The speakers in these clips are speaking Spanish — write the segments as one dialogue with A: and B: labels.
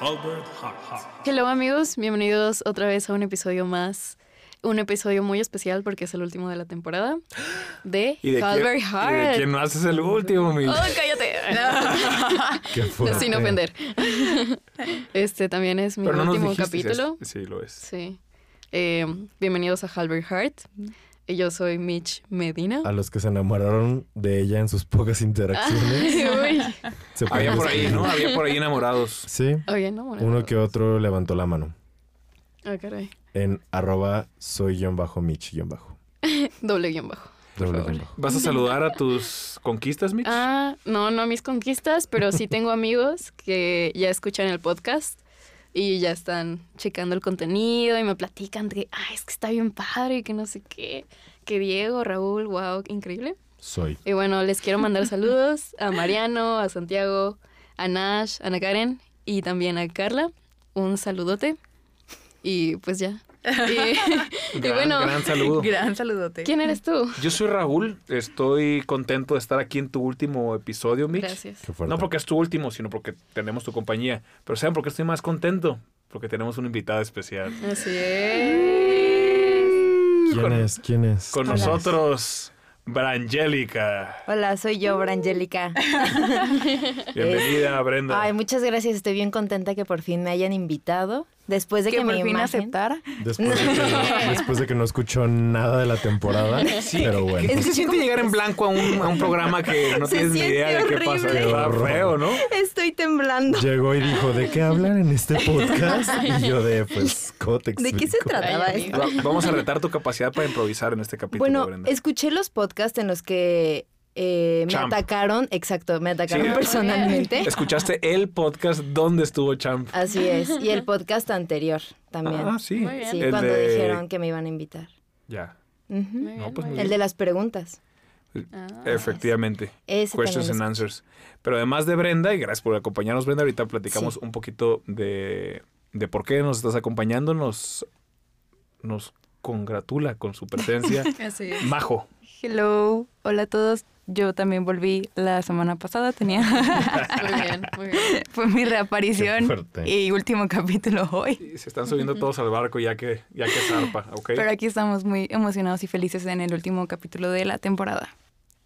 A: Albert Haha.
B: Hello amigos, bienvenidos otra vez a un episodio más. Un episodio muy especial porque es el último de la temporada de
C: ¿Y de,
B: Calvary
C: quién, y de
B: Heart.
C: quién más es el último, mi?
B: ¡Oh, cállate!
C: Qué fuerte.
B: Sin ofender. Este también es mi
C: Pero no nos
B: último
C: dijiste si es-
B: capítulo.
C: sí, lo es.
B: Sí. Eh, bienvenidos a Halbert Heart. Y Yo soy Mitch Medina.
C: Ah.
D: A los que se enamoraron de ella en sus pocas interacciones.
B: Uy.
D: se pueden
C: Había por ahí,
D: describir.
C: ¿no? Había por ahí enamorados.
D: Sí.
B: Oye, no, bueno.
D: Uno que otro levantó la mano.
B: Ah, caray.
D: En arroba soy guión bajo Mitch guión bajo.
B: Doble guión bajo. por
D: Doble
B: favor.
D: guión bajo.
C: ¿Vas a saludar a tus conquistas, Mitch?
B: Ah, no, no mis conquistas, pero sí tengo amigos que ya escuchan el podcast y ya están checando el contenido y me platican de, ah, es que está bien padre y que no sé qué, que Diego, Raúl, wow, increíble.
D: Soy.
B: Y bueno, les quiero mandar saludos a Mariano, a Santiago, a Nash, a Ana Karen y también a Carla. Un saludote. Y pues ya. Y, y
C: gran,
B: bueno,
C: gran saludo.
E: Gran saludote.
B: ¿quién eres tú?
C: Yo soy Raúl. Estoy contento de estar aquí en tu último episodio, Mitch.
B: Gracias.
D: Qué fuerte.
C: No porque es tu último, sino porque tenemos tu compañía. Pero ¿saben por qué estoy más contento? Porque tenemos un invitado especial.
B: Así es.
D: ¿Quién
C: con-
D: es? ¿Quién es?
C: Con
D: ¿Quién es?
C: nosotros, Brangélica.
F: Hola, soy yo, Brangélica.
C: Bienvenida, Brenda.
F: Ay, muchas gracias. Estoy bien contenta que por fin me hayan invitado. Después de que,
E: que por
F: mi
E: fin
F: imagen-
E: aceptara.
D: Después de, que, después de que no escuchó nada de la temporada. Pero bueno.
C: ¿Qué se siente llegar en blanco a un, a un programa que no
F: Se
C: tienes ni
F: siente
C: idea de qué
F: horrible.
C: pasa? Está feo, ¿no?
F: Estoy temblando.
D: Llegó y dijo, ¿de qué hablan en este podcast? Y yo de, pues, ¿cómo te
F: ¿De qué se
D: explico?
F: trataba
B: Ay,
F: esto?
C: Va- Vamos a retar tu capacidad para improvisar en este capítulo,
F: Bueno,
C: Brenda.
F: escuché los podcasts en los que eh, me
C: Champ.
F: atacaron. Exacto, me atacaron
C: Sí.
F: personalmente.
C: Escuchaste el podcast donde estuvo Champ.
F: Así es. Y el podcast anterior también.
C: Ah, sí.
B: Muy bien.
F: sí,
C: El
F: cuando
C: de-
F: dijeron que me iban a invitar.
C: Ya.
F: Ujú.
B: Muy
C: No,
B: bien,
C: pues muy
B: muy
F: El
B: bien.
F: de las preguntas.
B: Ah.
C: Efectivamente.
F: Ese
C: Questions
F: también
C: and
F: lo
C: Answers. Pero además de Brenda, y gracias por acompañarnos, Brenda, ahorita platicamos
F: Sí.
C: un poquito de, de por qué nos estás acompañando. Nos, nos congratula con su presencia.
E: Así es.
C: Majo.
E: Hello, hola a todos. Yo también volví la semana pasada, tenía
B: Muy bien, muy bien.
E: fue mi
D: Qué
E: reaparición
D: fuerte.
E: y último capítulo hoy.
C: Y Se están subiendo todos al barco ya que, ya que zarpa, ¿ok?
E: Pero aquí estamos muy emocionados y felices en el último capítulo de la temporada.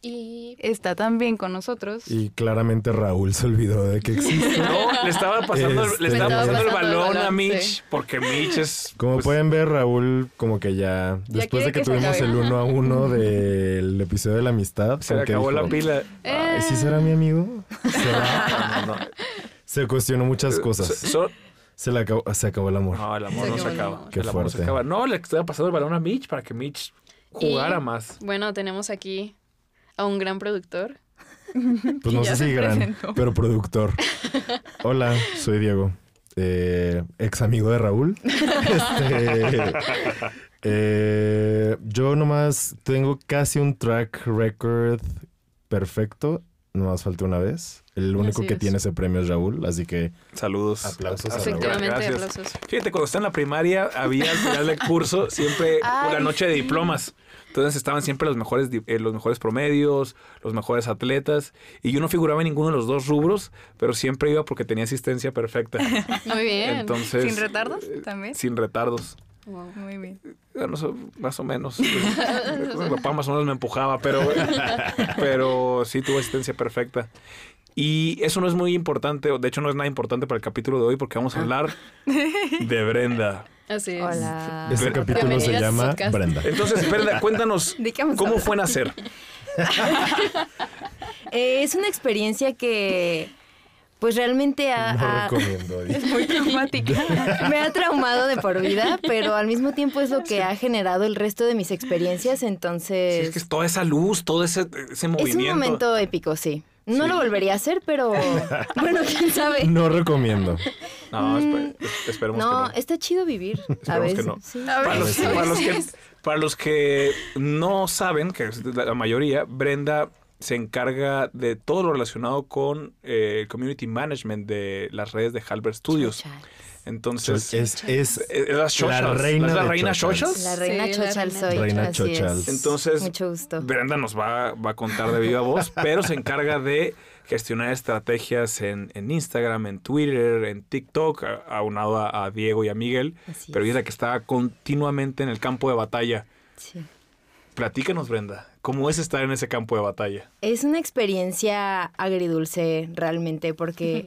B: Y
E: Está también con nosotros.
D: Y claramente Raúl se olvidó de que existe.
C: No, le estaba pasando,
D: Este-
C: le estaba
D: Le estaba
C: pasando el
B: pasando el
C: balón a
B: balón,
C: Mitch,
B: sí.
C: porque Mitch es.
D: Como
C: pues,
D: pueden ver, Raúl, como que ya, después
F: quiere
D: de que,
F: que se
D: tuvimos
F: acabe.
D: el uno a uno del episodio de la amistad,
C: Se le
D: como que
C: acabó
D: dijo,
C: la pila.
B: Eh.
D: "Ay, ¿Sí será mi amigo? ¿Será?".
C: No, no, no.
D: Se cuestionó muchas
C: So-
D: cosas.
C: so-
D: Se le acabó, se acabó el amor.
C: no, el amor
B: Se
C: no se
B: acabó el
C: acaba.
B: amor.
D: Qué
C: el amor no se
D: fuerte.
C: acaba. No, le estaba pasando el balón a Mitch para que Mitch jugara
B: Y-
C: más.
B: Bueno, tenemos aquí a un gran productor.
D: Pues no
E: ya
D: sé
E: se
D: si gran,
E: presentó.
D: pero productor. Hola, soy Diego, eh, ex amigo de Raúl. Este, eh, yo nomás tengo casi un track record perfecto. Nomás falté una vez. El único
B: Así
D: que
B: es.
D: tiene ese premio es Raúl, así que
C: Saludos.
D: Aplausos a Raúl.
B: Efectivamente,
C: Gracias.
B: aplausos.
C: Fíjate, cuando estaba en la primaria había al final del curso siempre una noche de diplomas. Entonces estaban siempre los mejores, di- eh, los mejores promedios, los mejores atletas. Y yo no figuraba en ninguno de los dos rubros, pero siempre iba porque tenía asistencia perfecta.
B: Muy bien.
C: Entonces, eh,
E: Sin retardos también.
C: sin retardos.
B: Wow.
E: Muy bien.
C: Bueno, eso, más o menos. Mi papá más o menos me empujaba, pero, pero sí tuvo asistencia perfecta. Y eso no es muy importante, o de hecho no es nada importante para el capítulo de hoy porque
E: Ah.
C: vamos a hablar de Brenda.
B: Así es.
F: Hola.
D: este
C: Pero-
D: capítulo se
B: Bienvenidas a su
D: llama
B: podcast.
D: Brenda.
C: Entonces, Brenda, cuéntanos,
E: ¿De qué vamos a
C: ¿cómo
E: hablar?
C: fue nacer?
F: Eh, es una experiencia que, pues realmente ha-
D: No
F: ha-
D: recomiendo. Di.
E: Muy traumática.
F: me ha traumado de por vida, pero al mismo tiempo es lo que ha generado el resto de mis experiencias, entonces
C: Sí, es que es toda esa luz, todo ese, ese
F: es
C: movimiento.
F: un momento épico, sí. No
C: Sí.
F: lo volvería a hacer, pero bueno, quién sabe.
D: No recomiendo.
C: No,
E: Mm.
C: espe- es- esperemos
F: No,
C: que no.
F: está chido vivir a
C: Esperemos que
F: veces.
C: no.
F: sí.
C: Para los,
D: Sí.
C: para los que, para los que no saben, que es la la mayoría, Brenda se encarga de todo lo relacionado con eh, el community management de las redes de Halber Studios. Entonces, es,
D: Es, es, es eh,
C: las
D: la
C: socials,
D: reina
C: ¿no es la
D: de
C: reina
D: socials.
C: socials?
F: La reina
B: Sí, la
F: Chochal
B: reina.
F: soy.
D: Reina
F: así es.
D: Chochal.
C: Entonces,
F: Mucho gusto.
C: Brenda nos va, va a contar de viva voz, pero se encarga de gestionar estrategias en, en Instagram, en Twitter, en TikTok, a- aunado a, a Diego y a Miguel.
F: Así
C: Pero
F: es.
C: ella es la que está continuamente en el campo de batalla.
F: Sí.
C: Platícanos, Brenda, ¿cómo es estar en ese campo de batalla?
F: Es una experiencia agridulce realmente porque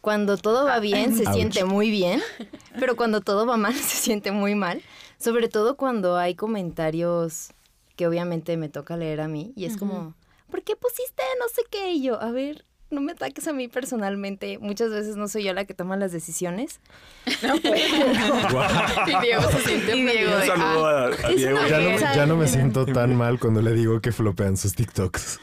F: cuando todo va bien se
D: Ouch.
F: siente muy bien, pero cuando todo va mal se siente muy mal, sobre todo cuando hay comentarios que obviamente me toca leer a mí y es como, ¿por qué pusiste no sé qué? Y yo, a ver, no me ataques a mí personalmente, muchas veces no soy yo la que toma las decisiones.
B: Y Diego se siente
E: Y
B: ofendido
E: Diego,
B: de,
E: Un
C: saludo
B: "Ah,
C: a, Diego.
F: una-
D: Ya
F: Ok.
D: no,
F: O sea,
D: ya no me siento tan mal cuando le digo que flopean sus TikToks.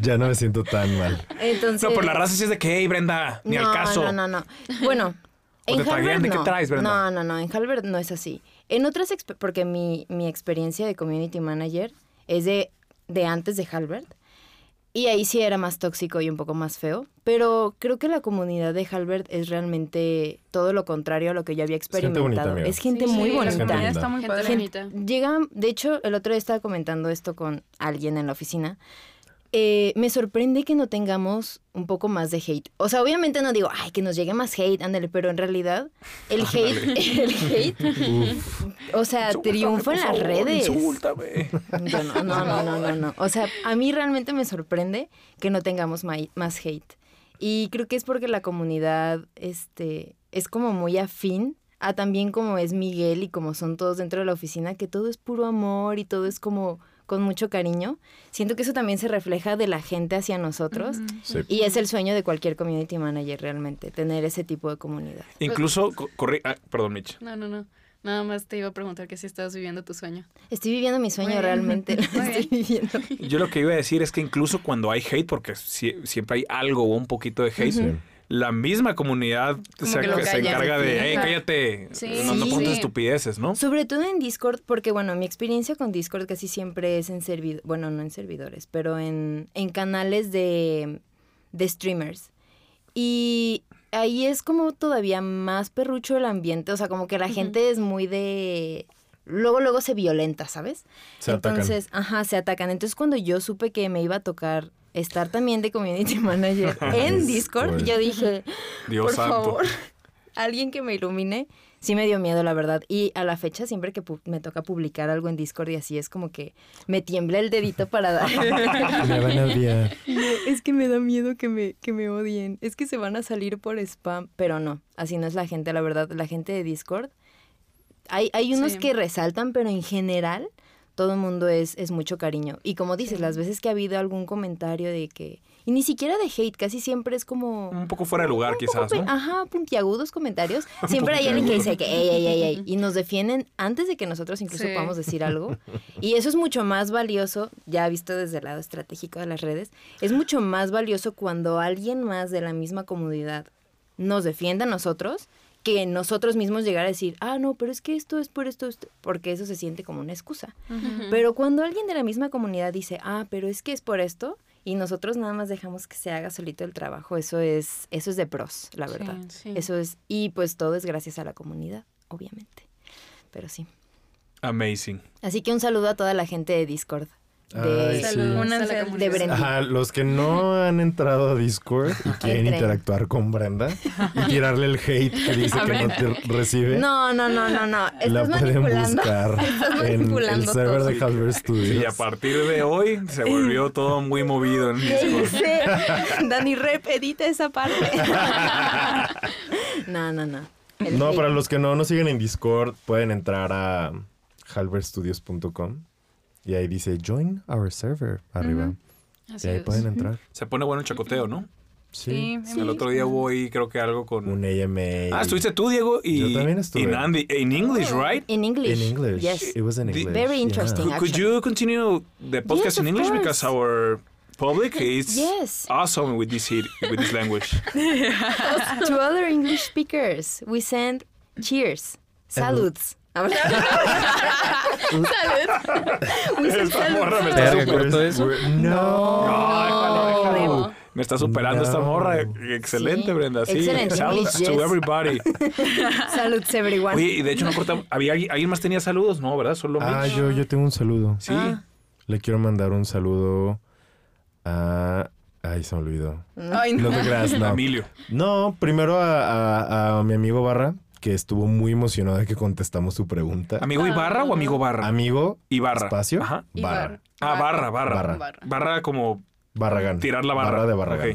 D: Ya no me siento tan mal.
F: Entonces,
C: No, por la raza sí es de que, hey, Brenda, ni
F: no,
C: al caso.
F: No, no, no. Bueno,
C: O
F: en
C: te taguean,
F: Harvard
C: ¿de qué
F: no.
C: traes, Brenda?
F: No, no, no, en Harvard no es así. En otras, exp- porque mi, mi experiencia de community manager es de, de antes de Harvard. Y ahí sí era más tóxico y un poco más feo. Pero creo que la comunidad de Harvard es realmente todo lo contrario a lo que yo había
D: bonita,
F: experimentado.
D: amiga.
F: es gente
B: Sí,
F: muy
B: la
F: bonita.
D: comunidad
E: está muy
B: Gente
E: padre.
B: bonita.
F: Llega, de hecho, el otro día estaba comentando esto con alguien en la oficina. Eh, me sorprende que no tengamos un poco más de hate. O sea, obviamente no digo, ay, que nos llegue más hate, ándale, pero en realidad el hate, el hate,
D: Uf,
F: o sea,
C: Insúltame,
F: triunfa en
C: por
F: las
C: favor,
F: redes.
C: Insúltame.
F: Yo no, no, no, no, no, no. O sea, a mí realmente me sorprende que no tengamos mai- más hate. Y creo que es porque la comunidad este, es como muy afín a también como es Miguel y como son todos dentro de la oficina, que todo es puro amor y todo es como con mucho cariño. Siento que eso también se refleja de la gente hacia nosotros.
D: sí.
F: Y es el sueño de cualquier community manager realmente, tener ese tipo de comunidad.
C: Incluso, co- corri- ah, perdón, Mitch.
B: No, no, no. Nada más te iba a preguntar que si estabas viviendo tu sueño.
F: Estoy viviendo mi sueño
E: Muy bien.
F: realmente, lo
E: Muy
F: estoy viviendo.
C: Yo lo que iba a decir es que incluso cuando hay hate, porque sie- siempre hay algo o un poquito de hate,
D: Ujú.
C: la misma comunidad se,
B: que lo
C: se
B: callan.
C: encarga de,
B: Sí.
C: hey, cállate,
B: Sí.
C: no, no
F: Sí.
C: pongas
B: Sí.
C: estupideces, ¿no?
F: Sobre todo en Discord, porque bueno, mi experiencia con Discord casi siempre es en servidores, bueno, no en servidores, pero en, en canales de, de streamers. Y ahí es como todavía más perrucho el ambiente, o sea, como que la gente es muy de... Luego, luego se violenta, ¿sabes?
D: Se atacan.
F: Entonces, ajá, se atacan. Entonces, cuando yo supe que me iba a tocar estar también de community manager en Discord,
D: Discord.
F: yo dije,
C: Dios
F: por
C: santo.
F: favor, alguien que me ilumine. Sí me dio miedo, la verdad. Y a la fecha, siempre que pu- me toca publicar algo en Discord y así, es como que me tiembla el dedito para dar.
D: Me van a odiar.
F: es que me da miedo que me, que me odien. Es que se van a salir por spam. Pero no, así no es la gente, la verdad. La gente de Discord, hay, hay unos
B: Sí.
F: que resaltan, pero en general todo el mundo es, es mucho cariño. Y como dices, las veces que ha habido algún comentario de que... Y ni siquiera de hate, casi siempre es como
C: Un poco fuera de lugar,
F: un poco
C: quizás, ¿no?
F: pe- ah. Ajá, puntiagudos comentarios. Siempre hay alguien que dice que, ey, ey, ey, ey, y nos defienden antes de que nosotros incluso
B: Sí.
F: podamos decir algo. Y eso es mucho más valioso, ya visto desde el lado estratégico de las redes, es mucho más valioso cuando alguien más de la misma comunidad nos defiende a nosotros que nosotros mismos llegar a decir, ah, no, pero es que esto es por esto, esto", porque eso se siente como una excusa. Pero cuando alguien de la misma comunidad dice, ah, pero es que es por esto, y nosotros nada más dejamos que se haga solito el trabajo, eso es, eso es de pros, la verdad.
B: Sí, sí.
F: Ah, Eso es, y pues todo es gracias a la comunidad, obviamente. Pero sí.
C: Amazing.
F: Así que un saludo a toda la gente de Discord.
D: Ay,
F: De,
D: sí.
B: Saludos
E: Una
B: a la
E: de
B: comunidad.
F: Brenda.
D: Ajá, los que no han entrado a Discord y quieren
F: Entren.
D: interactuar con Brenda y tirarle el hate que dice que no te recibe,
F: No, no, no, no, no.
D: la
F: Estás
D: pueden
F: manipulando.
D: buscar en el
F: manipulando
D: server
F: todo.
D: de Halber Studios.
C: Y a partir de hoy se volvió todo muy movido en
F: ¿Qué
C: Discord.
F: hice? Dani Rep, edita esa parte. no, no, no. El
D: No,
F: hate.
D: para los que no nos siguen en Discord, pueden entrar a halberstudios.com y ahí dice Join our server arriba.
B: Así
D: Y ahí
B: es.
D: pueden entrar.
C: Se pone bueno el chacoteo, ¿no?
D: Sí.
E: Sí,
C: El otro día hubo ahí, creo que algo con...
D: Un AMA.
C: Ah, estuviste tú, Diego, y...
D: Yo también estuve.
C: y Nandi. En English,
F: Oh,
C: right?
F: In English.
D: In English.
F: Yes.
D: It was in
C: The-
D: English.
F: Very
D: yeah.
F: interesting.
C: Could, could
F: actually.
C: you continue the podcast
F: Yes,
C: in
F: of
C: English
F: course.
C: because our public is
F: Yes.
C: awesome with this with this language.
F: to other English speakers, we send cheers, salutes. we send
C: morra me está
F: salutes.
D: Verga,
C: superando
D: Chris,
C: eso.
D: we're- No.
F: Oh,
C: Ay, déjalo, déjalo.
B: No.
C: Me está superando esta
D: No.
C: morra. Excelente,
F: Sí.
C: Brenda. Sí.
F: Excelente.
C: Saludos
F: Yes.
C: to everybody.
F: Salutes, everyone.
C: Oye, y de hecho no cortamos. ¿Había alguien, alguien más tenía saludos? No, ¿verdad? Solo
D: Ah,
C: Mitch.
D: yo, yo tengo un saludo.
C: Sí.
D: Le quiero mandar un saludo a Ay, se me olvidó.
E: Ay,
D: No te creas, no.
C: Emilio.
D: No, primero a, a- a mi amigo Barra, que estuvo muy emocionado de que contestamos su pregunta.
F: Ah,
C: ¿Amigo Ibarra o amigo Barra?
D: Amigo
C: Ibarra.
D: espacio
C: Ajá.
D: Barra.
C: Ah, barra, barra.
D: Barra.
C: Barra, como
D: Barragán.
C: tirar la barra.
D: de Barragán.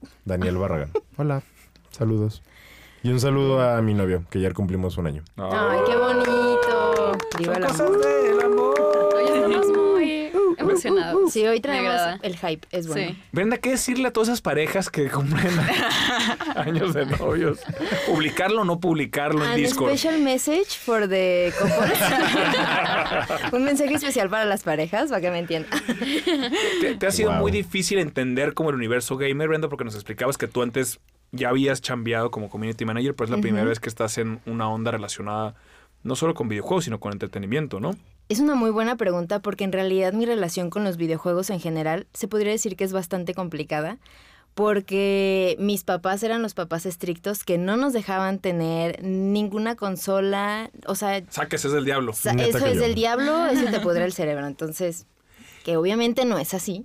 C: Ok.
D: Daniel Barragán. Hola. Saludos. Y un saludo a mi novio, que ayer cumplimos un año.
F: Ay, qué bonito. Viva el amor.
C: Ah, del amor.
B: Hoy estamos muy
E: Uh,
B: emocionados.
F: Sí, hoy
B: Me
F: traemos
B: agrada.
F: el hype, es bueno.
B: Sí.
C: Brenda, ¿qué decirle a todas esas parejas que cumplen años de novios? ¿Publicarlo o no publicarlo en
F: An
C: Discord?
F: special message for the couples. Un mensaje especial para las parejas, para que me entiendan.
C: ¿Te, te ha sido
D: Wow.
C: muy difícil entender como el universo gamer, Brenda? Porque nos explicabas que tú antes ya habías chambeado como community manager, pero es la primera vez que estás en una onda relacionada no solo con videojuegos, sino con entretenimiento, ¿no?
F: Es una muy buena pregunta porque en realidad mi relación con los videojuegos en general se podría decir que es bastante complicada porque mis papás eran los papás estrictos que no nos dejaban tener ninguna consola, o sea,
C: Sáquese es del diablo.
F: sa-
D: Neta
F: eso
D: que
F: es
D: yo.
F: del diablo, eso te pudre el cerebro, entonces, que obviamente no es así.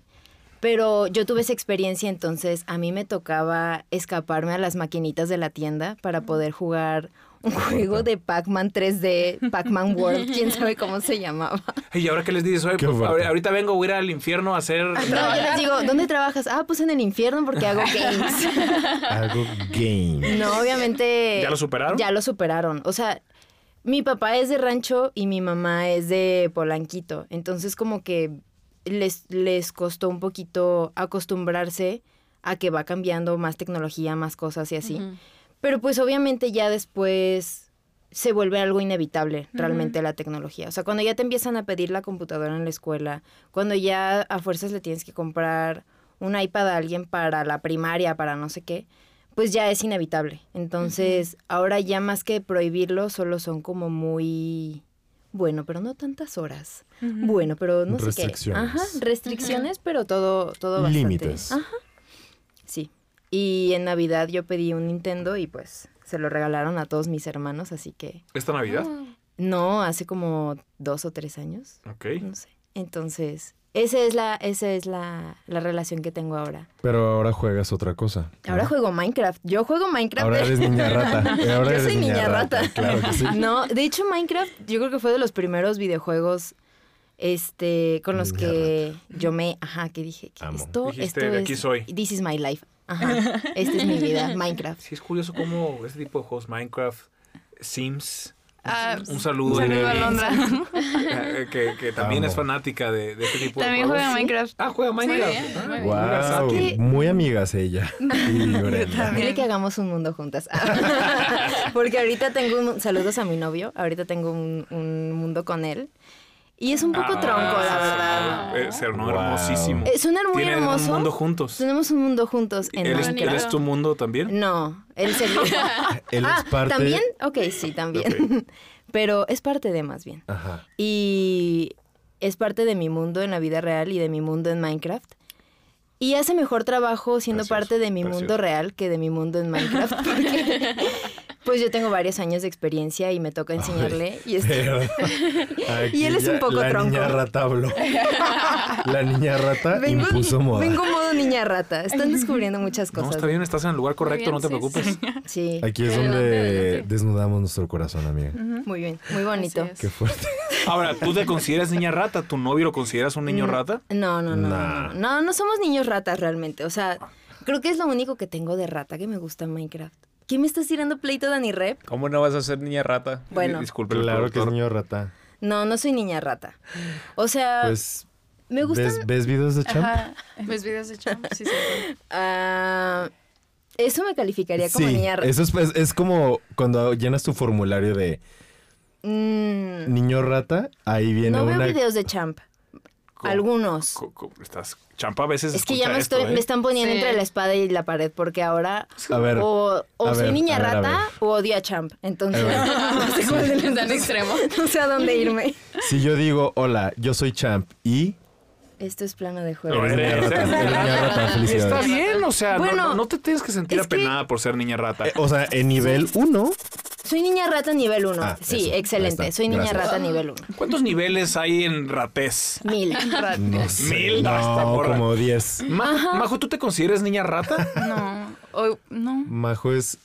F: Pero yo tuve esa experiencia, entonces a mí me tocaba escaparme a las maquinitas de la tienda para poder jugar un juego de Pac-Man 3D, Pac-Man World, quién sabe cómo se llamaba.
C: Y ahora que les dices, oye,
D: Qué
C: pues,
D: fuerte.
C: ahor- ahorita vengo, voy a ir al infierno a hacer...
F: No, yo les digo, ¿dónde trabajas? Ah, pues en el infierno porque hago games.
D: Algo game.
F: No, obviamente.
C: ¿Ya lo superaron?
F: Ya lo superaron. O sea, mi papá es de rancho y mi mamá es de Polanquito. Entonces, como que les, les costó un poquito acostumbrarse a que va cambiando más tecnología, más cosas y así.
B: Ujú.
F: Pero pues obviamente ya después se vuelve algo inevitable realmente la tecnología. O sea, cuando ya te empiezan a pedir la computadora en la escuela, cuando ya a fuerzas le tienes que comprar un iPad a alguien para la primaria, para no sé qué, pues ya es inevitable. Entonces, ahora ya más que prohibirlo, solo son como muy... Bueno, pero no tantas horas. Bueno, pero no sé qué.
D: Restricciones.
F: Ajá, restricciones, pero todo, todo bastante.
D: Límites.
F: Ajá. Sí. Y en Navidad yo pedí un Nintendo y pues se lo regalaron a todos mis hermanos, así que
C: ¿Esta Navidad?
F: no, hace como dos o tres años,
C: Ok.
F: no sé. Entonces, esa es la, esa es la, la relación que tengo ahora.
D: Pero ahora juegas otra cosa. ¿no?
F: Ahora juego Minecraft. Yo juego Minecraft.
D: Ah. Ahora eres niña rata. Eh, Ahora
F: yo
D: eres
F: soy niña, rata.
D: Claro que sí.
F: No, de hecho Minecraft yo creo que fue de los primeros videojuegos este con los
D: Niña
F: que yo me, ajá, que dije, que
D: Amo.
F: esto
C: Dijiste,
F: esto
C: "De
F: es
C: aquí soy".
F: This is my life. Ajá. Esta es mi vida, Minecraft.
C: Sí, es curioso cómo ese tipo de juegos, Minecraft, Sims,
E: Ah,
C: un saludo,
E: saludo a
C: Irene,
E: Londra.
C: eh, que, que también
D: Amo.
C: es fanática de, de este tipo
E: También
C: de juegos.
E: juega Minecraft.
C: Ah, juega Minecraft.
B: bien,
C: Ah,
B: muy bien.
C: muy
D: Wow,
C: versátil.
F: que-
D: muy amigas ella. Y Brenda.
F: Dile que hagamos un mundo juntas. Porque ahorita tengo un. Saludos a mi novio. Ahorita tengo un, un mundo con él. Y es un poco
C: Ah,
F: tronco, la
C: sí,
F: verdad.
C: sí, eh, ser, no,
D: Wow.
C: hermosísimo.
F: Eh, suena muy
C: Tienen un
F: hermoso.
C: mundo juntos.
F: Tenemos un mundo juntos en
C: ¿Él es,
F: Minecraft.
C: él es tu mundo también?
F: No, él sería.
D: Él es
F: ah,
D: parte-
F: ¿También? Ok, sí, también. Pero es parte de más bien.
D: Ajá.
F: y es parte de mi mundo en la vida real y de mi mundo en Minecraft. Y hace mejor trabajo siendo
D: Precioso,
F: parte de mi
D: precioso.
F: mundo real que de mi mundo en Minecraft. porque, pues yo tengo varios años de experiencia y me toca enseñarle. y es-
D: Pero aquí
F: él es un
D: ya
F: poco
D: la
F: tronco.
D: niña rata habló. La niña rata
F: vengo,
D: impuso moda.
F: vengo modo niña rata. Están descubriendo muchas
C: No,
F: cosas.
C: está bien, estás en el lugar correcto,
B: bien,
C: no te
B: sí,
C: preocupes.
F: Sí,
D: Aquí es
B: Adelante,
D: donde
B: adelante.
D: desnudamos nuestro corazón, amiga.
F: muy bien, muy bonito.
B: Así es.
D: Qué fuerte.
C: Ahora, ¿tú te consideras niña rata? ¿Tu novio lo consideras un niño rata?
F: No, no, no, no,
D: Nah.
F: no. No, no somos niños ratas realmente. O sea, creo que es lo único que tengo de rata que me gusta en Minecraft. ¿Qué me estás tirando pleito, Dani Rep?
A: ¿Cómo no vas a ser niña rata?
F: Bueno,
C: Disculpe, el
D: Claro que es
C: productor.
D: niño rata.
F: no, no soy niña rata. O sea,
D: Pues,
F: me gustan...
D: ¿ves, ves videos de Champ?
E: Ajá.
B: ¿Ves videos de Champ? Sí, sí.
F: ah, eso me calificaría como
D: Sí,
F: niña rata.
D: eso es, es- es como cuando llenas tu formulario de
F: Mm,
D: niño rata, ahí viene
F: no veo
D: una...
F: videos de Champ.
C: Co-
F: Algunos.
C: co- co- estás, champa a veces
F: Es que ya
C: escucha
F: me,
C: esto,
F: estoy,
C: ¿eh?
F: me están poniendo
B: Sí.
F: entre la espada y la pared porque ahora
D: A ver,
F: o, o
D: a
F: soy
D: ver,
F: niña
D: a ver, a
F: rata
D: ver.
F: o odio a Champ. Entonces,
D: A
F: no sé cuál de los
B: Tan
F: dos.
B: extremo.
F: No sé a dónde irme.
D: si yo digo, hola, yo soy Champ y...
F: Esto es plano de
C: No,
F: juego.
D: Eres niña
C: eres-
D: rata,
C: eres
D: eres niña rata,
C: Está
D: felicidades.
C: bien, o sea, no-
F: Bueno,
C: no, no te tienes que sentir
F: es que-
D: eh,
C: apenada por ser niña rata.
D: O sea, en nivel 1
F: Soy niña rata nivel 1.
D: Ah,
F: sí,
D: eso, ahí
F: excelente.
D: está.
F: Soy niña
D: Gracias.
F: rata nivel 1.
C: ¿Cuántos niveles hay en ratez?
F: Mil.
D: No sé,
C: Mil, no, esta
D: no,
C: morra.
D: como 10.
C: Ma- Majo, ¿tú te consideras niña rata?
E: No, o- no,
D: Majo es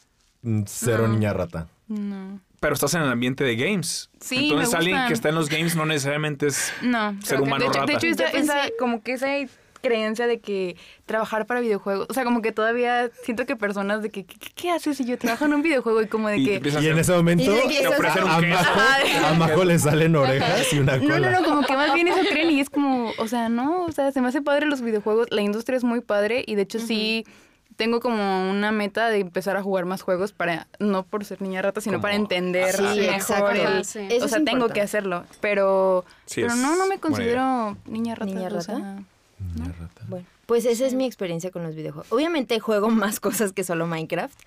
D: mm, cero niña rata.
E: no.
C: Pero estás en el ambiente de games.
E: Sí, me
C: Entonces alguien
E: gustan. Mm,
C: que está en los games no necesariamente es...
E: No.
C: Ser
E: creo que-
C: humano
E: de hecho, de
C: rata.
E: hecho, esa-
F: Yo pensé-
E: esa- como que esa creencia de que trabajar para videojuegos, o sea, como que todavía siento que personas de que, ¿qué, qué- qué haces si yo trabajo en un videojuego? Y como de
C: y te
E: que...
C: empiezas a
D: Y en
C: hacer-
D: ese momento
F: Y le empiezas
C: Te ofrecen
D: a
C: un queso.
D: Majo, a Majo le salen orejas y una
E: No,
D: cola.
E: no, no, como que más bien eso creen y es como, o sea, no, o sea, se me hace padre los videojuegos, la industria es muy padre y de hecho sí tengo como una meta de empezar a jugar más juegos para, no por ser niña rata, sino
C: Como-
E: para entender
F: Sí,
E: mejor
F: exacto.
E: el-
B: Ajá, sí.
F: Eso
E: o
F: es
E: sea, tengo
F: importante.
E: que hacerlo, pero,
C: Sí,
E: pero
C: es
E: no, no me
C: buena
E: considero niña rata.
F: ¿Niña
E: o sea,
F: rata?
D: Niña rata.
F: Bueno, pues esa es mi experiencia con los videojuegos. Obviamente juego más cosas que solo Minecraft,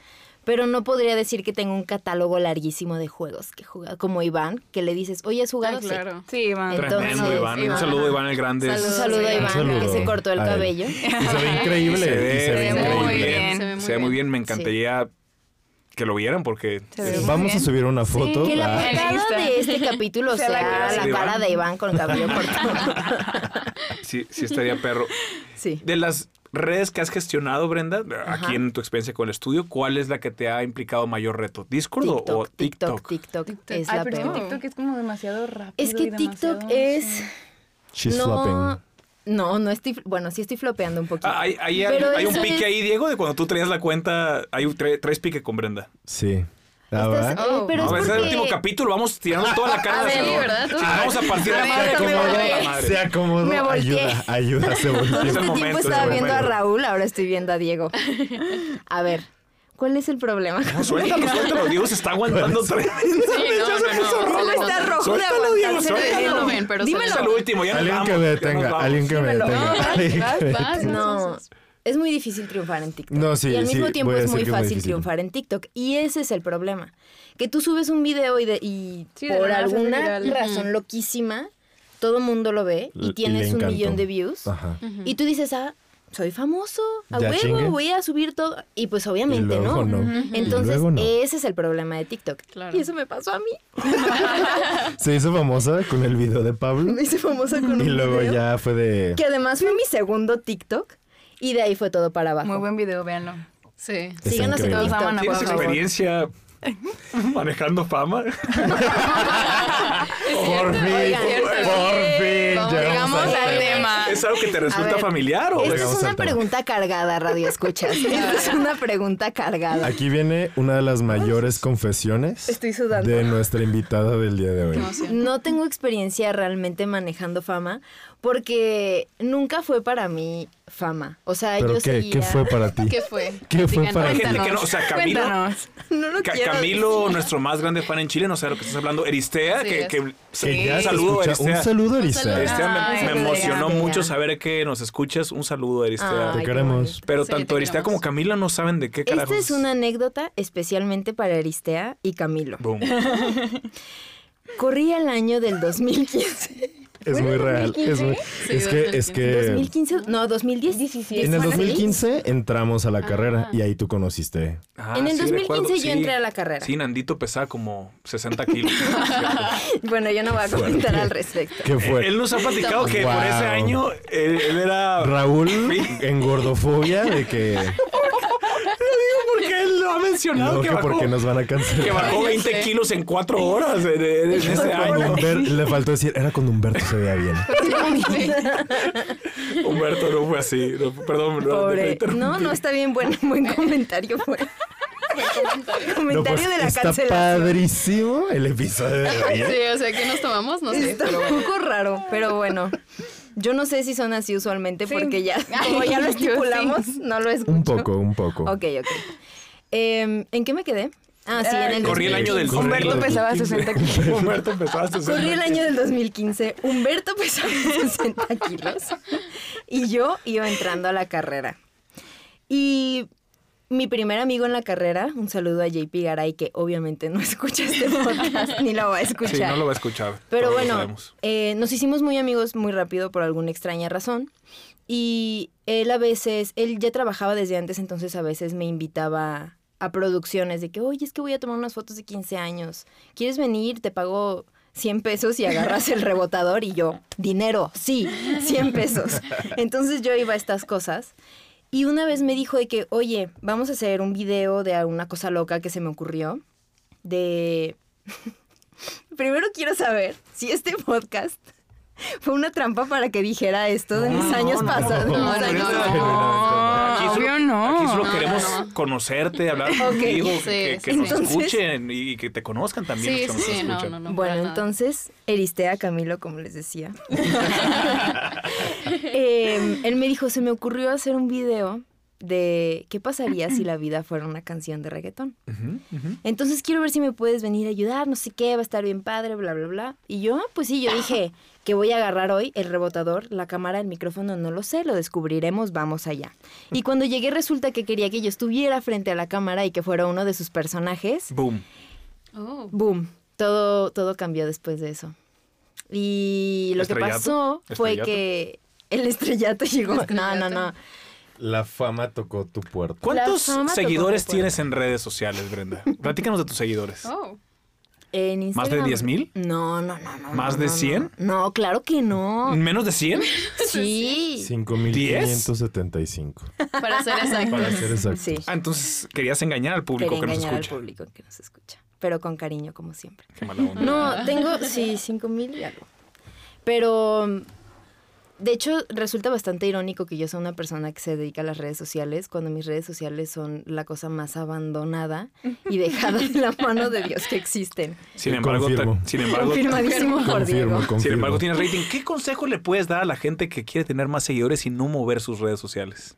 F: pero no podría decir que tengo un catálogo larguísimo de juegos que jugar, como Iván, que le dices, oye, ¿has jugado? este?"
B: Ah,
F: Sí.
B: claro.
E: sí, va.
F: Entonces-
C: Tremendo, Iván. Un
B: Iván.
C: saludo a Iván el Grande.
F: Un
B: Saludos.
F: saludo a
B: Sí.
F: Iván,
D: Saludo
F: que se cortó el
D: a él.
F: cabello.
D: Y se ve increíble.
C: Se ve,
D: y se ve
E: se ve
D: increíble.
E: muy bien.
B: Se ve muy
C: Se ve muy bien. Me encantaría que lo vieran porque...
E: Se ve muy
D: Vamos a
E: bien.
D: subir una foto.
F: Que la
D: Ah,
E: En
F: portada
E: Insta.
F: de este capítulo
E: O sea, la
F: sea
E: cara
F: la
C: de
F: cara
C: Iván.
F: de Iván con cabello cortado.
C: Sí, sí estaría perro.
F: Sí.
C: De las redes que has gestionado, Brenda,
F: Ajá.
C: aquí en tu experiencia con el estudio, ¿cuál es la que te ha implicado mayor reto? ¿Discord o- o
F: TikTok, TikTok,
C: TikTok?
F: TikTok, es
E: Ay,
F: la
E: pero es que
F: peor.
E: TikTok es como demasiado rápido.
F: Es que
E: y demasiado,
F: TikTok
E: no sé.
F: es...
D: She's
F: No,
D: flopping.
F: no, no estoy... Bueno, sí estoy flopeando un poquito.
C: Ah, hay hay-
F: Pero
C: hay un
F: eso
C: pique
F: es-
C: ahí, Diego, de cuando tú traías la cuenta, hay un tre- traes pique con Brenda.
D: Sí. Ah,
F: Estás-
D: ¿va?
F: eh, pero
C: No,
F: es
C: ese
F: porque...
C: el último capítulo, vamos tirando toda la cara de
B: A ver,
C: asador.
B: ¿verdad?
C: Sí, vamos a partir de la madre.
D: Se
F: me
D: acomodó,
F: volteé.
C: madre.
D: se acomodó.
F: Me volteé.
D: Ayuda, ayuda, se
F: Todo
D: volteó.
C: Es
F: este
C: el
F: tiempo
C: momento, es el
F: estaba viendo a
C: momento.
F: Raúl, ahora estoy viendo a Diego. A ver, ¿cuál es el problema?
C: No, suéltalo, suéltalo. Diego se está aguantando tres.
B: Sí, no, no, no,
F: Raúl
B: se le
F: está
B: nota.
F: rojo de
C: Suéltalo, Diego,
B: Se
F: aguantarse
B: le
C: suéltalo.
F: veneno.
B: ven, pero se
F: Dímelo.
B: le
C: Es
B: nota.
C: el último, ya nos
D: Alguien que
C: vamos,
D: me
C: ya nos
D: detenga,
C: vamos.
D: alguien que me
E: Dímelo.
D: detenga.
E: No,
D: alguien que me
B: vas, vas,
D: detenga.
F: No, es muy difícil triunfar en TikTok.
D: No, sí,
F: y al
D: sí,
F: mismo tiempo
D: voy a
F: es muy
D: decir que es muy
F: fácil
D: difícil.
F: triunfar en TikTok. Y ese es el problema. Que tú subes un video y, de- y
E: Sí, de
F: por
E: la nada se hace
F: alguna
E: viral.
F: razón loquísima, todo mundo lo ve
D: L-
F: y
D: le
F: tienes un
D: encantó.
F: millón de views.
D: Ajá.
F: Y tú dices, ah, soy famoso, a
D: Ya
F: huevo,
D: chingue.
F: voy a subir todo. Y pues obviamente
D: Y luego no. Ujú. Y
F: Entonces,
D: luego no.
F: ese es el problema de TikTok.
B: Claro.
F: Y eso me pasó a mí.
D: Se hizo famosa con el video de Pablo.
F: Me hice famosa con un
D: Y luego
F: video,
D: ya fue de.
F: Que además fue mi segundo TikTok. Y de ahí fue todo para abajo.
E: Muy buen video, véanlo.
B: Sí.
D: Está
F: Síganos en
D: increíble.
E: Los
F: TikTok.
E: aman a
F: por
C: ¿Tienes
F: favor.
C: experiencia manejando fama?
D: Por fin,
F: Oigan,
D: por
F: cierto.
D: fin.
B: Vamos,
D: llegamos
B: llegamos
D: al
B: al
D: tema.
B: tema.
C: ¿Es algo que te
F: A
C: resulta
F: ver,
C: familiar o
F: Esta
D: Llegamos
F: es
D: al
F: una
D: tema.
F: pregunta cargada, Radio Escuchas. Esta es una pregunta cargada.
D: Aquí viene una de las mayores confesiones
F: Estoy sudando.
D: de nuestra invitada del día de hoy.
F: No tengo experiencia realmente manejando fama porque nunca fue para mí fama. O sea,
D: Pero
F: yo
D: ¿qué,
F: seguía...
D: ¿qué fue para ti?
B: ¿Qué fue?
D: ¿Qué fue
B: Digan,
D: para
C: Hay
D: ti?
C: gente que no, o sea, Camilo,
E: Cuéntanos.
F: No lo
C: Ca-
F: quiero
C: Camilo,
F: decir.
C: nuestro más grande fan en Chile, no sé de lo que estás hablando, Eristea,
B: Sí,
C: que,
B: es.
C: que-
D: Que ya
C: un
D: se
C: saludo,
D: escucha.
C: Eristea.
D: Un saludo, Eristea.
B: saludo.
C: Eristea me-
E: Ay,
C: me,
E: Eristea.
C: emocionó
F: Eristea.
C: mucho saber que nos escuchas. Un saludo, Eristea.
D: Te
F: Ay, qué
D: queremos.
F: bonito.
C: Pero
B: Sí,
C: tanto
B: te
C: Eristea como
B: queremos.
C: Camila no saben de qué carajos.
F: Esta es una anécdota especialmente para Aristea y Camilo.
C: Boom.
F: Corría el año del 2015.
D: Es muy real. Es, muy- es que, es que
F: 2015, no, 2017.
D: en el
F: ¿Sí?
D: 2015 entramos a la carrera y ahí tú conociste.
C: Ah,
F: En el
C: sí,
F: 2015
C: recuerdo,
F: yo
C: sí.
F: entré a la carrera.
C: Sí, Nandito pesaba como 60 kilos. es cierto.
F: Bueno, yo no voy a comentar al respecto.
D: ¿Qué fue?
C: Él nos ha platicado que por ese
D: Wow.
C: año él, él era.
D: Raúl en gordofobia de que
C: Porque él lo ha mencionado
D: no,
C: que
D: que
C: bajó,
D: porque nos van a
C: que
D: cancelar.
C: bajó 20 kilos en 4 horas en, en ese
D: Con
C: año.
D: Humber- le faltó decir, era cuando Humberto se veía bien.
C: Humberto no fue así. no, perdón, no, te
F: Pobre.
C: interrumpí.
F: No, no está bien, buen, buen comentario fue. comentario,
D: No, pues,
F: de la
D: está
F: cancelación.
D: padrísimo el episodio de hoy. ¿eh?
B: Sí, o sea, ¿qué nos tomamos? No sé.
F: Está un poco raro, pero bueno. Yo no sé si son así usualmente
E: Sí.
F: porque ya, como ya lo
E: Yo sí.
F: estipulamos, no lo escucho.
D: Un poco, un poco.
F: Ok, ok. Em, ¿En qué me quedé? Ah, sí, en el
C: Corrí el año del
F: 2015.
E: Humberto pesaba 60 kilos.
C: Humberto empezaba a
F: Corrí el año del 2015. Humberto pesaba 60 kilos y yo iba entrando a la carrera. Y mi primer amigo en la carrera, un saludo a JP Garay, que obviamente no escucha este podcast ni lo va a escuchar.
C: Sí, no lo va a escuchar.
F: Pero
C: todos lo
F: bueno,
C: sabemos.
F: eh, nos hicimos muy amigos muy rápido por alguna extraña razón. Y él a veces, él ya trabajaba desde antes, entonces a veces me invitaba a producciones de que, oye, es que voy a tomar unas fotos de 15 años. ¿Quieres venir? Te pago 100 pesos y agarras el rebotador y yo, dinero, sí, 100 pesos. Entonces yo iba a estas cosas. Y una vez me dijo de que, oye, vamos a hacer un video de una cosa loca que se me ocurrió. De... Primero quiero saber si este podcast fue una trampa para que dijera esto de
C: No,
F: mis años
C: no,
F: pasados.
C: no,
F: de mis
B: no,
F: años
B: no, no.
F: pasados.
C: Aquí solo,
E: obvio no.
C: aquí solo
B: No,
C: queremos
B: no, no.
C: conocerte, hablar contigo,
B: Sí,
C: que,
B: sí,
C: que nos
F: sí.
C: escuchen y que te conozcan también.
B: Sí,
C: los que
B: sí,
C: nos
B: sí, no,
C: escuchan.
B: no, no. para
F: Bueno,
B: nada.
F: entonces eristé a Camilo, como les decía. Em, él me dijo, se me ocurrió hacer un video de qué pasaría si la vida fuera una canción de reggaetón.
C: Ujú, ujú.
F: Entonces quiero ver si me puedes venir a ayudar, no sé qué, va a estar bien padre, bla, bla, bla. Y yo, ah, pues sí, yo dije que voy a agarrar hoy el rebotador, la cámara, el micrófono, no lo sé, lo descubriremos, vamos allá. Y cuando llegué resulta que quería que yo estuviera frente a la cámara y que fuera uno de sus personajes.
C: Boom.
B: Oh.
F: Boom, todo, todo cambió después de eso. Y lo que
C: ¿Estrellato?
F: pasó fue
C: ¿Estrellato?
F: que el estrellato llegó. No, no,
B: ¿Estrellato?
F: no.
D: La fama tocó tu puerta.
C: ¿Cuántos
F: fama tocó
C: seguidores
F: tu puerta.
C: tienes en redes sociales, Brenda? Platícanos de tus seguidores.
B: Oh.
F: En
C: ¿Más de
F: Instagram-
C: 10,000?
F: No, no, no, no.
C: ¿Más
F: no,
C: de
F: no, no.
C: 100?
F: No, claro que no.
C: ¿Menos de 100?
F: Sí.
D: 5575.
B: Para ser exacto.
D: Para ser exactos.
F: Sí.
C: Ah, entonces querías engañar al público
F: Quería
C: que nos
F: engañar al
C: escucha.
F: público que nos escucha. Pero con cariño, como siempre.
C: Qué mala onda.
F: No, tengo, sí, cinco mil y algo. Pero, mm, de hecho, resulta bastante irónico que yo sea una persona que se dedica a las redes sociales cuando mis redes sociales son la cosa más abandonada y dejada de la mano de Dios que existen.
C: Sin embargo, ta-
D: Confirmo.
C: sin embargo,
F: Confirmadísimo por
D: Confirmo,
F: Diego.
D: confirmo.
C: sin embargo, tienes rating. ¿Qué consejo le puedes dar a la gente que quiere tener más seguidores y no mover sus redes sociales?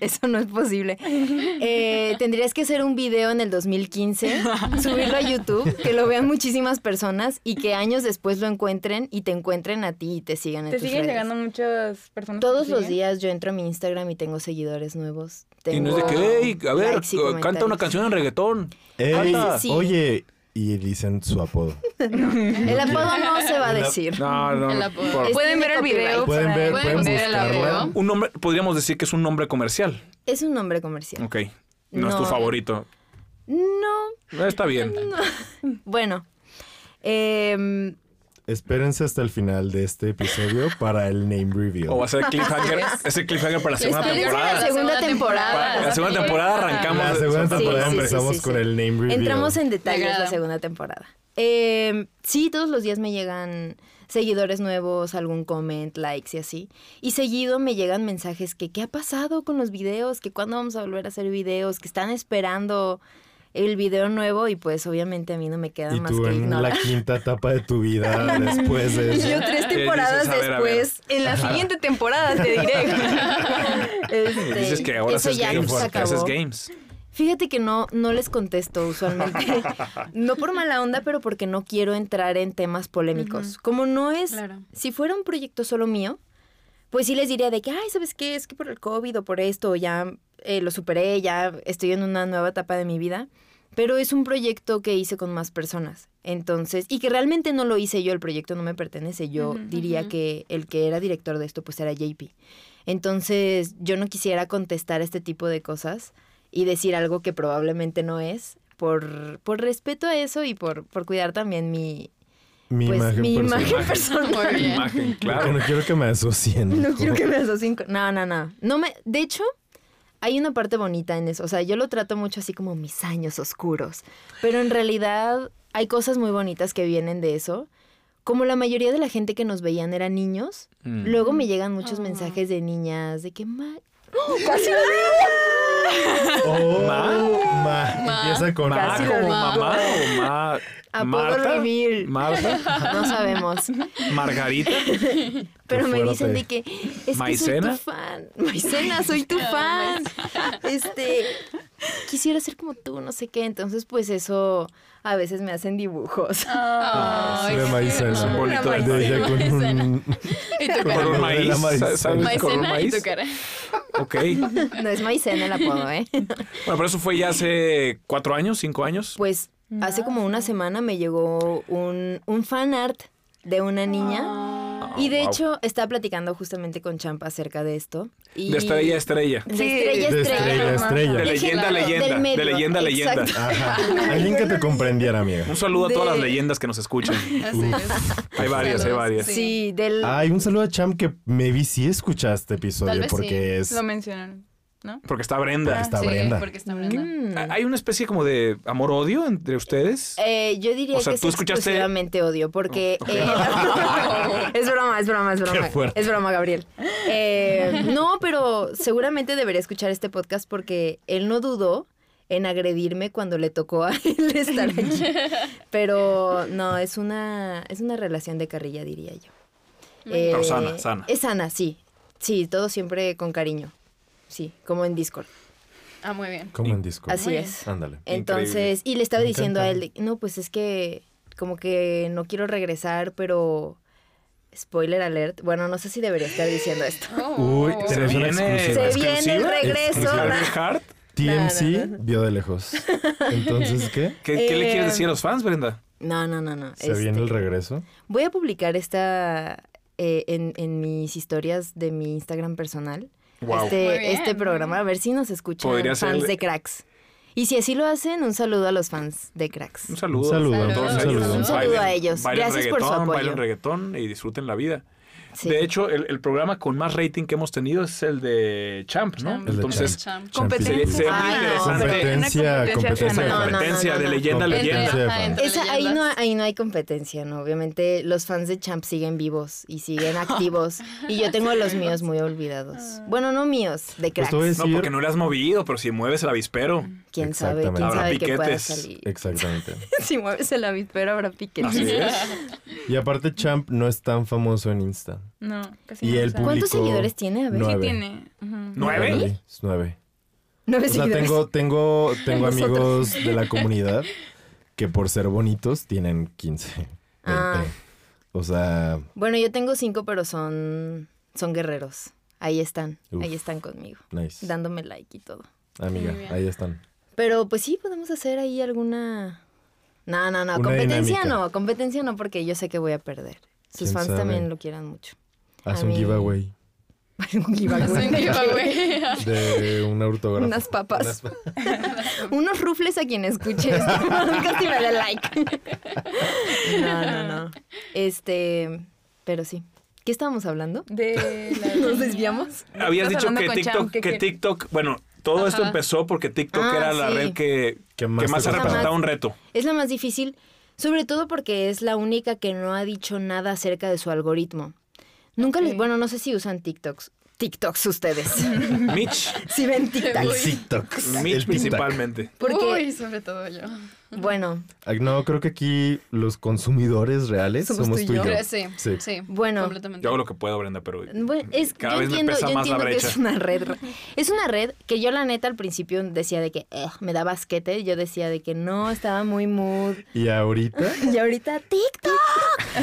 F: Eso no es posible. Eh, tendrías que hacer un video en el 2015, subirlo a YouTube, que lo vean muchísimas personas y que años después lo encuentren y te encuentren a ti y te sigan en
E: Te
F: tus
E: siguen
F: redes.
E: llegando muchas personas. que te
F: Todos los
E: siguen?
F: días yo entro a mi Instagram y tengo seguidores nuevos.
C: Y no es de
F: Tengo
C: que, "Ey, a ver, eh,
F: likes y
C: canta una
F: comentarios.
C: canción en reggaetón.
D: Ey,
F: Ahorita sí.
D: Oye, y dicen su apodo.
F: El apodo no se va a decir. Este
C: No, no.
B: El apodo. por-
F: Es-
E: Pueden ver el
F: Copyright.
E: video.
D: Pueden
E: para-
D: ver,
B: Pueden
D: pueden
B: buscar el
D: buscarla.
B: apodo.
C: Un nombre, podríamos decir que es un nombre comercial.
F: Es un nombre comercial.
C: Ok. No, es tu
F: No.
C: favorito.
F: No,
C: Está bien.
F: bueno. em,
D: Espérense hasta el final de este episodio para el name review.
C: O va a ser cliffhanger. Ese cliffhanger para la segunda
F: Espérense
C: temporada.
F: la segunda temporada.
C: Para la segunda temporada arrancamos.
D: la segunda
F: Sí,
D: temporada
F: sí, sí,
D: empezamos
F: sí, sí.
D: con el name review.
F: Entramos en detalles
B: Me agrada.
F: la segunda temporada. Eh, sí, todos los días me llegan seguidores nuevos, algún comment, likes y así. Y seguido me llegan mensajes que qué ha pasado con los videos, que cuándo vamos a volver a hacer videos, que están esperando el video nuevo y pues obviamente a mí no me queda
D: Y
F: más
D: tú
F: que
D: en la
F: ignorar.
D: quinta etapa de tu vida después de
F: Y
D: eso.
F: yo tres
C: Sí, dices, "Ah,
F: temporadas
C: a ver, a ver.
F: después, en la siguiente temporada te diré. Este,
C: Dices que ahora
F: eso
C: haces
F: ya
C: games.
F: se
C: que haces
F: acabó.
C: games.
F: Fíjate que no, no les contesto usualmente. no por mala onda, pero porque no quiero entrar en temas polémicos. Como no es,
B: Claro.
F: si fuera un proyecto solo mío, pues sí les diría de que, ay, ¿sabes qué? Es que por el COVID o por esto, o ya eh, lo superé, ya estoy en una nueva etapa de mi vida. Pero es un proyecto que hice con más personas. Entonces, y que realmente no lo hice yo, el proyecto no me pertenece. Yo
B: Ujú,
F: diría
B: ujú.
F: que el que era director de esto, pues era JP. Entonces, yo no quisiera contestar este tipo de cosas y decir algo que probablemente no es, por, por respeto a eso y por, por cuidar también mi,
D: mi
F: pues,
D: imagen
F: mi
D: personal.
F: imagen personal.
B: Muy bien.
C: Imagen,
D: Que
C: claro.
D: No quiero que me asocien.
F: No quiero que me asocien con... No, no, no. no me... De hecho, hay una parte bonita en eso. O sea, yo lo trato mucho así como mis años oscuros. Pero en realidad hay cosas muy bonitas que vienen de eso. Como la mayoría de la gente que nos veían eran niños,
C: Mm.
F: luego me llegan muchos
B: Ah.
F: mensajes de niñas de que... Ma...
D: Oh,
C: Ma.
D: ma. Empieza con
C: Ma,
F: Casi
C: Ah, como
F: lo
C: mamá o ma-
F: Apodo
C: Marta.
F: Revil.
C: Marta.
F: No sabemos.
C: Margarita.
F: Pero me
D: fuerte.
F: dicen de que es
C: ¿Maicena?
F: que soy tu fan. Maicena, soy tu fan. Este quisiera ser como tú, no sé qué. Entonces, pues eso a veces me hacen dibujos.
B: Ay,
D: de
B: qué
D: maicena.
B: tierno.
C: bonito
B: Una
D: De ella
B: maicena.
D: con un...
B: Y tu
C: Con
B: cara.
C: un
D: De la
C: maíz.
D: maicena.
C: ¿Sabes? Con un
B: Maicena y tu
C: maíz.
B: cara.
C: Ok. Bueno,
F: No es Maicena el apodo, ¿eh?
C: pero eso fue ya hace cuatro años, cinco años.
F: Pues hace como una semana me llegó un, un fan art de una niña y de
C: Ah, wow.
F: hecho, estaba platicando justamente con Champa acerca de esto. Y...
C: De estrella a estrella.
F: De
E: Sí.
F: estrella, a
D: De
F: estrella.
D: estrella a estrella.
C: De leyenda a
F: Del
C: leyenda. De
F: medio,
C: leyenda a leyenda.
F: exacto.
D: Ajá. Alguien que te comprendiera, amiga.
C: Un saludo a todas las
F: De-
C: leyendas que nos escuchan.
A: Así es.
C: Hay varias, hay
A: Saludos.
C: varias.
F: Sí, del...
D: Ay, un saludo a Cham que me vi si escucha este episodio
B: Tal vez
D: porque
B: sí.
D: es
E: Lo mencionaron.
C: Porque está
D: porque
C: Brenda.
D: está
A: Sí,
D: Brenda.
A: porque está Brenda.
F: Mm.
C: ¿Hay una especie como de amor-odio entre ustedes?
F: Eh, yo diría
C: O sea,
F: que
C: ¿tú
F: es
C: escuchaste?
F: exclusivamente odio, porque...
C: Ok.
F: eh, es broma, es broma, es broma.
D: Qué fuerte.
F: Es broma, Gabriel. Eh, no, pero seguramente debería escuchar este podcast porque él no dudó en agredirme cuando le tocó a él estar aquí. Pero no, es una, es una relación de carrilla, diría yo. Eh,
C: Pero sana, sana.
F: Es sana, sí. Sí, todo siempre con cariño. Sí, como en Discord.
B: Ah, muy bien.
D: Como en disco.
F: Así
B: Muy
F: es.
D: Ándale.
F: Entonces, y le estaba
D: Me
F: diciendo a él,
D: encanta.
F: de- no, pues es que como que no quiero regresar, pero spoiler alert, bueno, no sé si debería estar diciendo esto.
A: Oh.
D: Uy, tenemos una exclusiva.
F: Oh. Se viene el regreso.
C: Hart.
F: No,
D: TMC vio de lejos. Entonces, ¿qué?
C: ¿Qué, qué le
F: Eh,
C: quieres decir a los fans, Brenda?
F: No, no, no, no.
D: ¿Se viene
F: este,
D: el regreso?
F: Voy a publicar esta eh, en, en mis historias de mi Instagram personal.
C: Wow.
B: Muy
F: Este,
B: bien,
F: este programa, a ver si nos escuchan
C: Podría
F: fans
C: ser-
F: de cracks. Y si así lo hacen, un saludo a los fans de cracks.
C: Un saludo.
D: Un saludo,
C: a todos
B: un
C: ellos.
B: saludo. Un
F: saludo
C: Bailen-
F: a ellos.
C: bailen
F: Gracias por su
C: reggaetón,
F: apoyo.
C: Bailen reggaetón y disfruten la vida.
F: Sí.
C: De hecho, el, el programa con más rating que hemos tenido es el de Champ, ¿no?
A: Champ. El
D: de
C: Entonces,
A: Champ.
C: sería,
E: Champ.
C: sería muy
F: Ah, no,
C: interesante.
D: Competencia,
E: Una competencia
D: competencia.
C: Esa
F: No,
D: de
F: no, no,
D: fans.
C: competencia
F: no, no.
C: de leyenda a
D: Competencia
C: leyenda.
D: de
A: Ajá,
D: fans.
A: entre
F: Esa, ahí, no,
A: leyendas.
F: ahí no hay competencia, ¿no? Obviamente los fans de Champ siguen vivos y siguen activos. y yo tengo a los míos muy olvidados. Bueno, no míos, de
D: Pues
F: cracks.
D: tú ves-
C: No, porque no le has movido, pero si mueves el avispero.
F: ¿Quién sabe? ¿Quién
D: Exactamente.
F: sabe
C: Habrá
F: que pueda
C: piquetes.
F: salir?
D: Exactamente.
F: si mueves el avispero habrá piquetes.
C: Así es.
D: Y aparte, Champ no es tan famoso en Insta.
E: No, casi
D: Y el
E: no. o sea,
D: público-
F: ¿Cuántos seguidores tiene? A ver.
D: No.
E: Sí
D: Nueve.
E: tiene. Ujú.
C: ¿Nueve?
D: Es nueve.
F: Nueve
D: O sea,
F: seguidores.
D: tengo, tengo, tengo
F: Nosotros.
D: amigos de la comunidad que por ser bonitos tienen 15, 20.
F: Ah.
D: O sea,
F: Bueno, yo tengo cinco, pero son, son guerreros. Ahí están.
D: Uf.
F: Ahí están conmigo.
D: nice.
F: Dándome like y todo.
D: Amiga, ahí están.
F: Pero pues sí, podemos hacer ahí alguna... No, no, no,
D: Una
F: competencia
D: dinámica.
F: no, competencia no, porque yo sé que voy a perder. Sus
D: ¿Quién
F: fans
D: sabe?
F: también lo quieran mucho.
D: Haz
F: A
D: un
F: mí-
D: giveaway
F: Un giveaway.
D: de un autógrafo.
F: Unas papas. Unos rufles a quien escuche esto. Nunca si me dé like. no, no, no. Este, pero sí. ¿Qué estábamos hablando?
E: De la-
F: ¿Nos desviamos?
C: Habías
E: Estás
C: dicho
E: hablando
C: que
E: con
C: TikTok,
E: Champ,
C: que,
E: que- que-
C: TikTok, bueno, todo esto empezó porque TikTok
F: Ah,
C: era la
F: sí.
C: red que,
D: Que
C: que
D: más
C: más,
D: te
C: se
D: tocaba.
C: representaba un reto.
F: Es la más difícil, sobre todo porque es la única que no ha dicho nada acerca de su algoritmo. Nunca les, bueno, no sé si usan TikToks. TikToks ustedes.
C: Mitch,
F: si ven
D: El
F: TikToks.
D: TikTok.
C: Mitch
D: El TikTok.
C: principalmente.
F: Porque,
A: Uy, sobre todo yo.
F: bueno,
D: Ah, No, creo que aquí los consumidores reales somos, tú y yo.
A: Sí,
D: Sí.
A: sí.
F: bueno.
A: completamente.
C: Yo hago lo que puedo, Brenda, pero
F: Bueno, es,
C: cada
F: yo
C: vez
F: entiendo,
C: me pesa
F: yo
C: más la
F: entiendo que
C: brecha.
F: es una red. ra- Es una red que yo la neta al principio decía de que "Ugh", me da basquete, yo decía de que no, estaba muy mood.
D: Y ahorita
F: Y ahorita TikTok.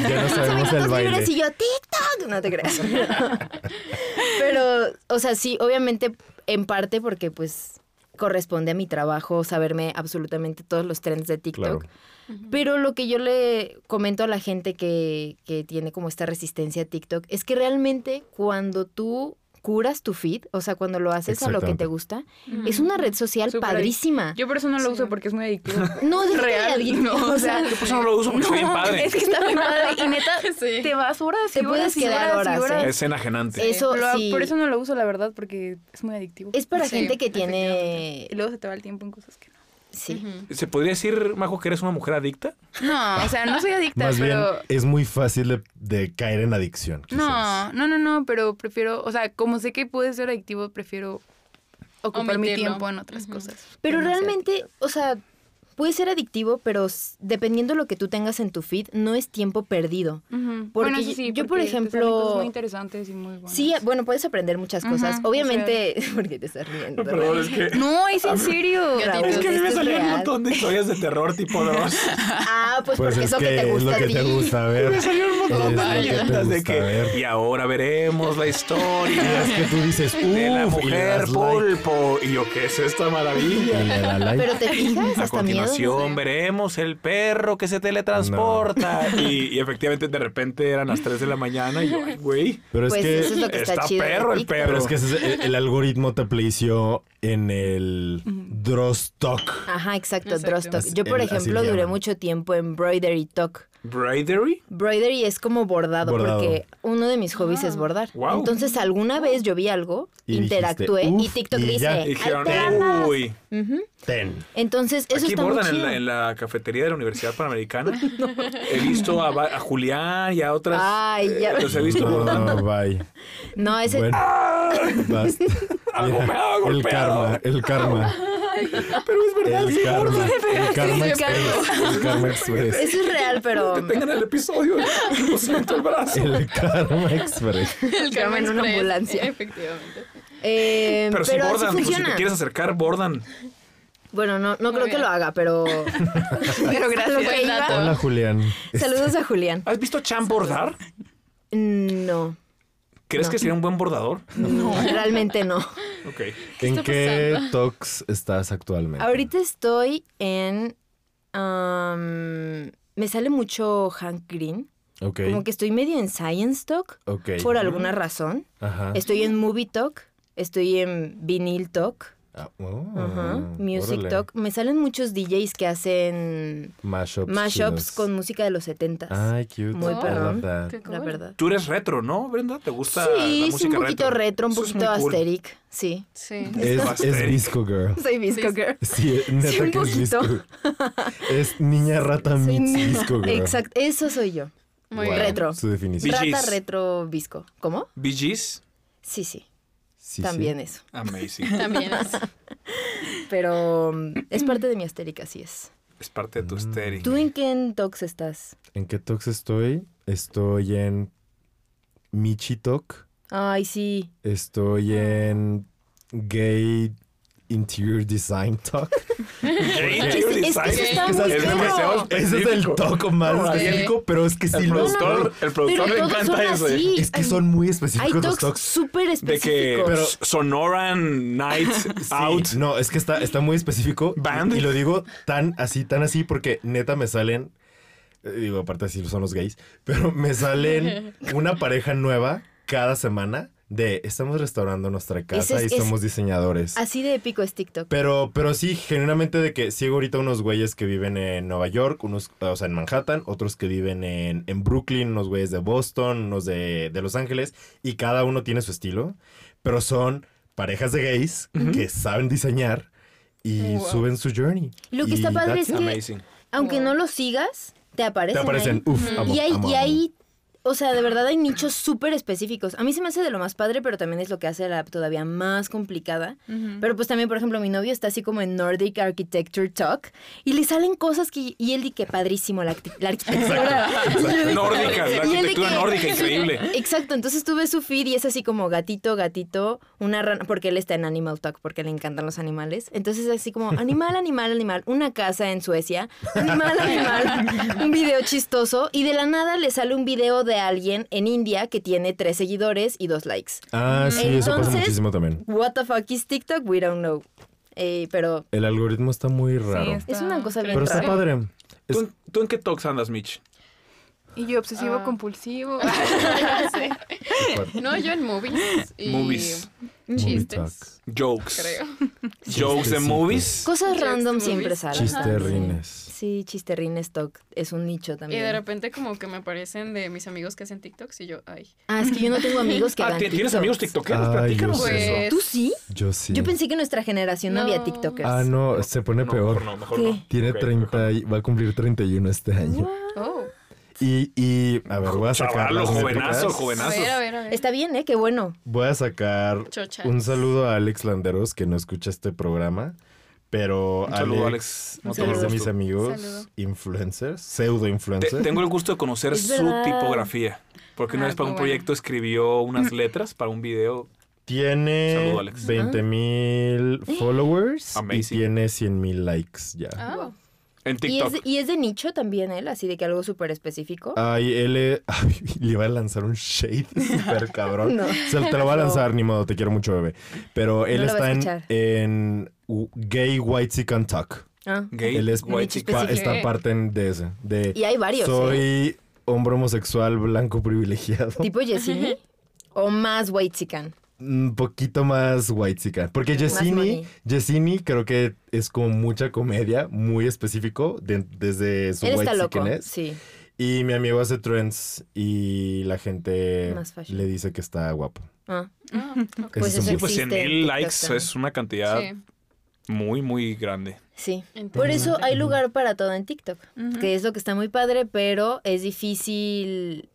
D: ya no
F: 15
D: sabemos el
F: minutos
D: baile.
F: libres y yo TikTok. No te creas. Pero, o sea, sí, obviamente en parte porque pues corresponde a mi trabajo saberme absolutamente todos los trends de TikTok.
D: Claro.
F: Pero lo que yo le comento a la gente que, que tiene como esta resistencia a TikTok es que realmente cuando tú curas tu feed, o sea, cuando lo haces a lo que
D: Exactamente.
F: te gusta, es una red social
E: Súper
F: padrísima.
E: Yo por eso no lo uso porque es muy adictivo.
F: no, deja que
E: Real,
F: alguien-
E: no, o sea,
C: Yo por eso no lo uso porque soy bien padre.
E: Es que está muy padre. Y neta,
A: Sí.
E: te vas horas y
F: Te puedes
E: horas y
F: quedar
E: horas y
F: horas, ¿eh?
E: horas.
C: Es enajenante.
F: eso
E: Lo-
F: sí.
E: Por eso no lo uso, la verdad, porque es muy adictivo.
F: es para
A: Sí,
F: gente que tiene...
E: Y luego se te va el tiempo en cosas que no.
F: Sí.
C: ¿Se podría decir, Majo, que eres una mujer adicta?
E: No, o sea, no soy adicta,
D: Más bien,
E: pero...
D: es muy fácil de, de caer en adicción. quizás.
E: No, no, no, no, pero prefiero, o sea, como sé que puede ser adictivo, prefiero ocupar mi
A: Omitirlo.
E: tiempo en otras cosas.
F: Pero
E: que no sea
F: realmente, o sea, puede ser adictivo, pero s- dependiendo lo que tú tengas en tu feed, no es tiempo perdido.
E: Ujú.
F: Porque
E: bueno, sí, sí,
F: yo, por
E: porque te salen
F: ejemplo-
E: cosas muy interesantes y muy buenas.
F: Sí, bueno, puedes aprender muchas cosas.
E: Ujú,
F: Obviamente, porque te estás riendo.
C: Perdón, es que...
E: no, es en serio.
F: Gatitos.
C: Es que a mí
F: Esto
C: me
F: es
C: salieron un
F: real.
C: montón de historias de terror tipo dos.
F: Ah, pues,
D: Pues
F: porque
D: es
F: eso que,
D: que
F: te
D: es
F: gusta
D: lo
F: a
D: que
F: ti.
D: te gusta ver. Es lo que
C: Las
D: te
C: leyendas de
D: gusta
C: que-
D: ver.
C: Y ahora veremos la
D: Y
C: historia
D: es que tú dices,
C: de la
D: uff, y le
C: mujer
D: das like.
C: pulpo. Y yo, ¿qué es esta
D: Y
C: maravilla?
D: le da like.
F: Pero te fijas,
C: A
F: hasta
C: continuación veremos el perro que se teletransporta. Y, y efectivamente de repente eran las 3 de la mañana y yo, ay, güey.
D: Pero es
F: Pues
D: que.
F: eso es lo que está,
C: está
F: chido. de
C: perro el
F: TikTok.
C: perro.
D: Pero es que ese es el, el algoritmo te plació en el Drostock.
F: Ajá, exacto,
B: Exacto.
F: Drostock.
D: Así-
F: Yo, por
D: el- así
F: ejemplo,
D: le
F: duré
D: llaman.
F: mucho tiempo en Broidery Talk.
C: Bradery.
F: Broidery es como bordado,
D: Bordado.
F: porque uno de mis hobbies es bordar.
C: Wow.
F: Entonces, alguna vez yo vi algo,
D: Y
F: interactué
D: dijiste,
F: y
D: "Uf",
F: TikTok
D: y
F: dice,
D: ya.
F: "Ay,
C: Dijeron,
F: te amas".
C: uy.
D: Ten.
F: Entonces, eso
C: Aquí
F: está muy
C: bordan en
F: chido.
C: la, en la cafetería de la Universidad Panamericana. He visto a, va- a Julián y a otras.
F: Ay, ya.
C: eh, los he visto bordando.
D: No, Ah, bye.
F: No, ese...
D: Bueno,
F: Ah.
D: basta. Mira,
C: golpeado,
D: el
C: golpeado.
D: karma, el karma.
C: Pero es verdad,
D: El
C: sí,
D: karma,
C: gordo.
D: el karma
B: sí,
D: express. El karma express.
F: Eso es real, pero...
C: Detengan el episodio. Lo siento, el brazo.
D: El karma express.
B: El
F: Llama en
B: Carmen
F: una
B: Express,
F: ambulancia.
B: Efectivamente.
F: eh,
C: Pero, si
F: así
C: bordan, pues, si
F: funciona.
C: te quieres acercar, bordan.
F: Bueno, no, no creo que
B: bien.
F: lo haga, pero...
E: Pero
F: Lo
E: gracias.
F: que
B: Buen
F: iba-
B: dato.
D: Hola, Julián.
F: Saludos a Julián.
C: ¿Has visto a Chan bordar?
F: No,
C: ¿Crees
F: No.
C: que sería un buen bordador?
F: no, realmente no.
C: Ok.
D: ¿En
B: está
D: qué talks estás actualmente?
F: Ahorita estoy en... am, me sale mucho Hank Green.
D: Ok.
F: Como que estoy medio en Science Talk.
D: Ok. Ah.
F: Por alguna razón.
D: Ajá.
F: Estoy en Movie Talk. Estoy en Vinyl Talk.
D: Ah, oh,
F: ajá, Music
D: órale.
F: Talk. Me salen muchos DJs que hacen
D: Mashups.
F: mashups
D: chidos. Ah.
F: con música de los 70s.
D: Ay, cute.
F: Muy
D: I
F: perrón.
D: love that.
B: Qué
F: la
B: cool.
F: verdad.
C: Tú eres retro, ¿no, Brenda? ¿Te gusta la
F: sí,
C: música
F: sí, un poquito retro, un
C: Eso es
F: poquito
C: muy cool.
F: asteric. Sí.
B: Sí.
D: Es, es
C: Asterisk.
D: disco girl.
F: Soy disco girl.
D: Sí, neta
F: un
D: que es
F: poquito.
D: disco. Es niña rata
F: Soy
D: meets
F: niña.
D: disco girl.
F: Exacto, eso soy yo.
B: Muy
D: Wow,
B: bien.
F: Retro.
D: Su definición.
C: Bee
F: Rata
C: Gees.
F: retro visco. ¿Cómo?
C: Bee Gees,
F: Sí, sí,
D: Sí, sí.
F: también eso.
C: amazing.
B: También es.
F: Pero mm, es parte de mi asteric, así es.
C: Es parte
D: Mm.
C: de tu estéril.
F: ¿Tú en qué en talks estás?
D: ¿En qué talks estoy? Estoy en Michi Talk.
F: Ay, sí.
D: Estoy en Gay Interior Design Talk.
F: Es- es que eso está
C: Es
F: muy
C: que es
F: bueno.
C: demasiado
D: Ese es el
C: específico.
D: talk más
C: No,
D: específico, pero es que sí
C: El
D: los
C: productor,
D: talk-
C: el
F: Pero
C: productor le
F: todos son
C: encanta eso. eh.
F: así.
D: Es que
F: Ay,
D: son muy
F: Hay
D: específicos los
F: talks
D: talks.
F: súper
C: De que
F: específicos.
C: pero Sonoran Night
D: Sí,
C: Out.
D: No, es que está, está muy específico.
C: Band.
D: Y, y lo digo tan así, tan así, porque neta me salen. eh, Digo, aparte si son los gays, pero me salen una pareja nueva cada semana de estamos restaurando nuestra casa
F: es-
D: y
F: es-
D: somos diseñadores.
F: Así de épico es TikTok.
D: Pero, pero sí, generalmente de que sigo ahorita unos güeyes que viven en Nueva York, unos, o sea, en Manhattan, otros que viven en, en Brooklyn, unos güeyes de Boston, unos de, de Los Ángeles, y cada uno tiene su estilo, pero son parejas de gays que saben diseñar y
B: Wow.
D: suben su journey.
F: Lo que
D: Y
F: está padre
D: that's
F: es
D: it.
F: que-
C: Amazing.
F: Aunque no lo sigas, te
D: Te
F: aparecen.
D: aparecen,
F: ahí.
D: uff, amo,
F: ¿eh? Y hay,
D: amo,
F: y
D: amo.
F: hay, o sea, de verdad hay nichos súper específicos. A mí se me hace de lo más padre, pero también es lo que hace la app todavía más complicada. Pero pues también, por ejemplo, mi novio está así como en Nordic Architecture Talk y le salen cosas que, y él di que padrísimo la, arqui- la arquitectura. Y yo de que-
C: Nórdica, la
F: y él de
C: arquitectura
F: que-
C: nórdica, increíble.
F: Exacto, entonces tú ves su feed y es así como gatito, gatito, una rana, porque él está en Animal Talk, porque le encantan los animales. Entonces es así como animal, animal, animal, una casa en Suecia, animal, animal, un video chistoso y de la nada le sale un video de alguien en India que tiene tres seguidores y dos likes.
D: Ah, sí, eso pasa
F: Entonces-
D: muchísimo también.
F: What the fuck is TikTok? We don't know. Eh, pero
D: El algoritmo está muy raro.
E: es-
F: es una cosa bien
D: Ah, pero está
F: rara.
D: padre. Es-
C: ¿Tú, en- tú en qué talks andas, Mitch?
E: Y yo obsesivo compulsivo.
B: Ya sé. No, yo en movies. Y
C: Movies.
D: Movie talk.
B: Chistes.
C: Jokes.
B: Creo.
C: Jokes de
D: Chistecitos. pues.
C: movies.
F: Cosas random
B: Movies.
F: siempre salen.
D: Chisterrines.
F: Sí, chisterrín stock es un nicho
B: Y
F: también.
B: de repente como que me aparecen de mis amigos que hacen TikToks y yo, ay.
F: Ah, es que yo no tengo amigos que
C: Ah,
F: hagan
C: ¿tien- ¿Tienes
F: TikToks.
C: amigos tiktokeros?
D: Ay,
C: Platícanos
D: yo sé.
C: eso.
B: Pues,
F: ¿Tú sí?
D: Yo sí.
F: Yo pensé que nuestra generación no,
B: No.
F: había TikTokers.
D: Este, Ah, no, se pone
C: No,
D: peor.
C: mejor no, mejor
F: ¿Qué?
C: no.
D: Tiene
C: Ok,
D: 30
C: mejor.
D: y va a cumplir 31 este año.
F: Ah.
B: Oh,
D: Y, y a ver, voy a sacar
C: Chavalo,
D: las
C: jovenazo,
D: métricas.
B: a
C: jovenazo.
B: ver, a ver, a ver.
F: Está bien, ¿eh? Qué bueno.
D: Voy a sacar
B: Chochas.
D: un saludo a Alex Landeros que no escucha este programa, pero
C: Un saludo, Alex.
D: Alex,
C: No
F: te
D: es de
F: conozco.
D: mis amigos
B: Saludo.
D: influencers, pseudo
C: Te-
D: influencers.
C: tengo el gusto de conocer
F: Es
C: su
F: verdad.
C: tipografía. Porque una
E: Ah,
C: vez para
E: qué
C: un
E: bueno.
C: proyecto escribió unas letras para un video.
D: Tiene
C: Saludo, Alex.
D: 20 mil followers y
C: Amazing.
D: tiene 100 mil likes ya.
B: ah,
C: En
F: Y es,
C: TikTok.
F: y es de nicho también él, así de que algo súper específico.
D: Ay, él ay, le iba a lanzar un shade súper cabrón.
F: No.
D: O sea, te lo va a lanzar, ni modo, te quiero mucho, bebé. Pero él
F: No lo va
D: está
F: a
D: en,
F: escuchar.
D: en u- Gay White Sican Talk.
F: Ah.
C: Gay,
D: Él es
C: white
F: Mucho
C: y cua-
D: pa- está
B: específico.
D: parte en- de ese. De,
F: Y hay varios. ¿eh?
D: soy hombre homosexual blanco privilegiado.
F: Tipo Yesini. o más White Chican.
D: Un poquito más white Porque Yesini,
F: money.
D: Yesini creo que es como mucha comedia, muy específico, de- desde su
F: Él está
D: white
F: loco. Sí.
D: Y mi amigo hace trends y la gente
F: Más fashion.
D: le dice que está guapo.
F: Ah.
D: Ese
F: Pues
D: es un
F: eso
C: Sí,
D: punto.
C: pues 100
F: existe en
C: mil
F: TikTok
C: likes
F: también.
C: es una cantidad
B: Sí.
C: muy, muy grande.
F: Sí.
B: Entiendo.
F: Por eso hay lugar para todo en TikTok,
E: Ujú.
F: que es lo que está muy padre, pero es difícil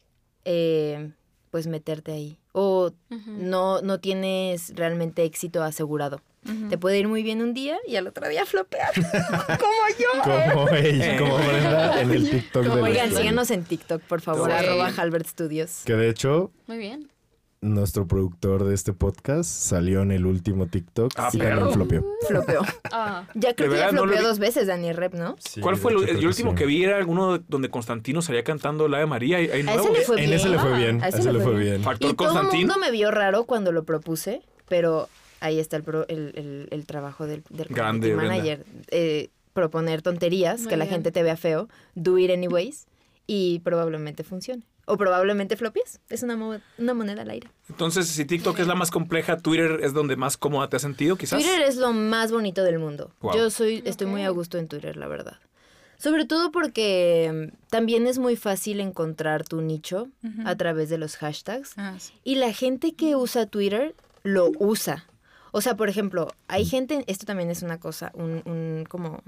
F: eh, pues meterte ahí. O
B: Ujú.
F: no, no tienes realmente éxito asegurado. Te puede ir muy bien un día y al otro día flopear. como yo.
D: Como ella, como Brenda en el TikTok de
B: Como,
D: la
F: Oigan,
D: historia.
F: síganos en TikTok, por favor,
B: Sí.
F: arroba Halbert Studios.
D: Que de hecho,
B: Muy bien.
D: nuestro productor de este podcast salió en el último TikTok
C: Ah,
D: y
C: perro.
D: también flopeó.
F: Flopeó.
B: Ah,
F: Ya creo
C: De
F: que ya
C: verdad, no lo
F: flopeó
C: vi.
F: dos veces Daniel Rep, ¿no?
C: ¿Cuál fue el, el último que vi? Era alguno donde Constantino salía cantando la de María. Hay, hay
F: A ese
C: nuevo.
F: le fue bien.
D: En ese le fue bien,
F: Pues A
D: a ese le fue bien.
C: Factor
F: Y todo el
C: Constantino.
F: mundo me vio raro cuando lo propuse, pero ahí está el, pro- el, el- el trabajo del, del
C: Grande,
F: community manager. Eh, proponer tonterías,
B: Muy
F: que la
B: bien.
F: gente te vea feo, do it anyways, y probablemente funcione. O probablemente flopies. Es una, mo- una moneda al aire.
C: Entonces, si TikTok es la más compleja, Twitter es donde más cómoda te has sentido, quizás.
F: Twitter es lo más bonito del mundo.
C: Wow.
F: Yo soy, estoy muy a gusto en Twitter, la verdad. Sobre todo porque mm, también es muy fácil encontrar tu nicho a través de los hashtags.
E: Ah, sí.
F: Y la gente que usa Twitter lo usa. O sea, por ejemplo, hay gente, esto también es una cosa, un, un como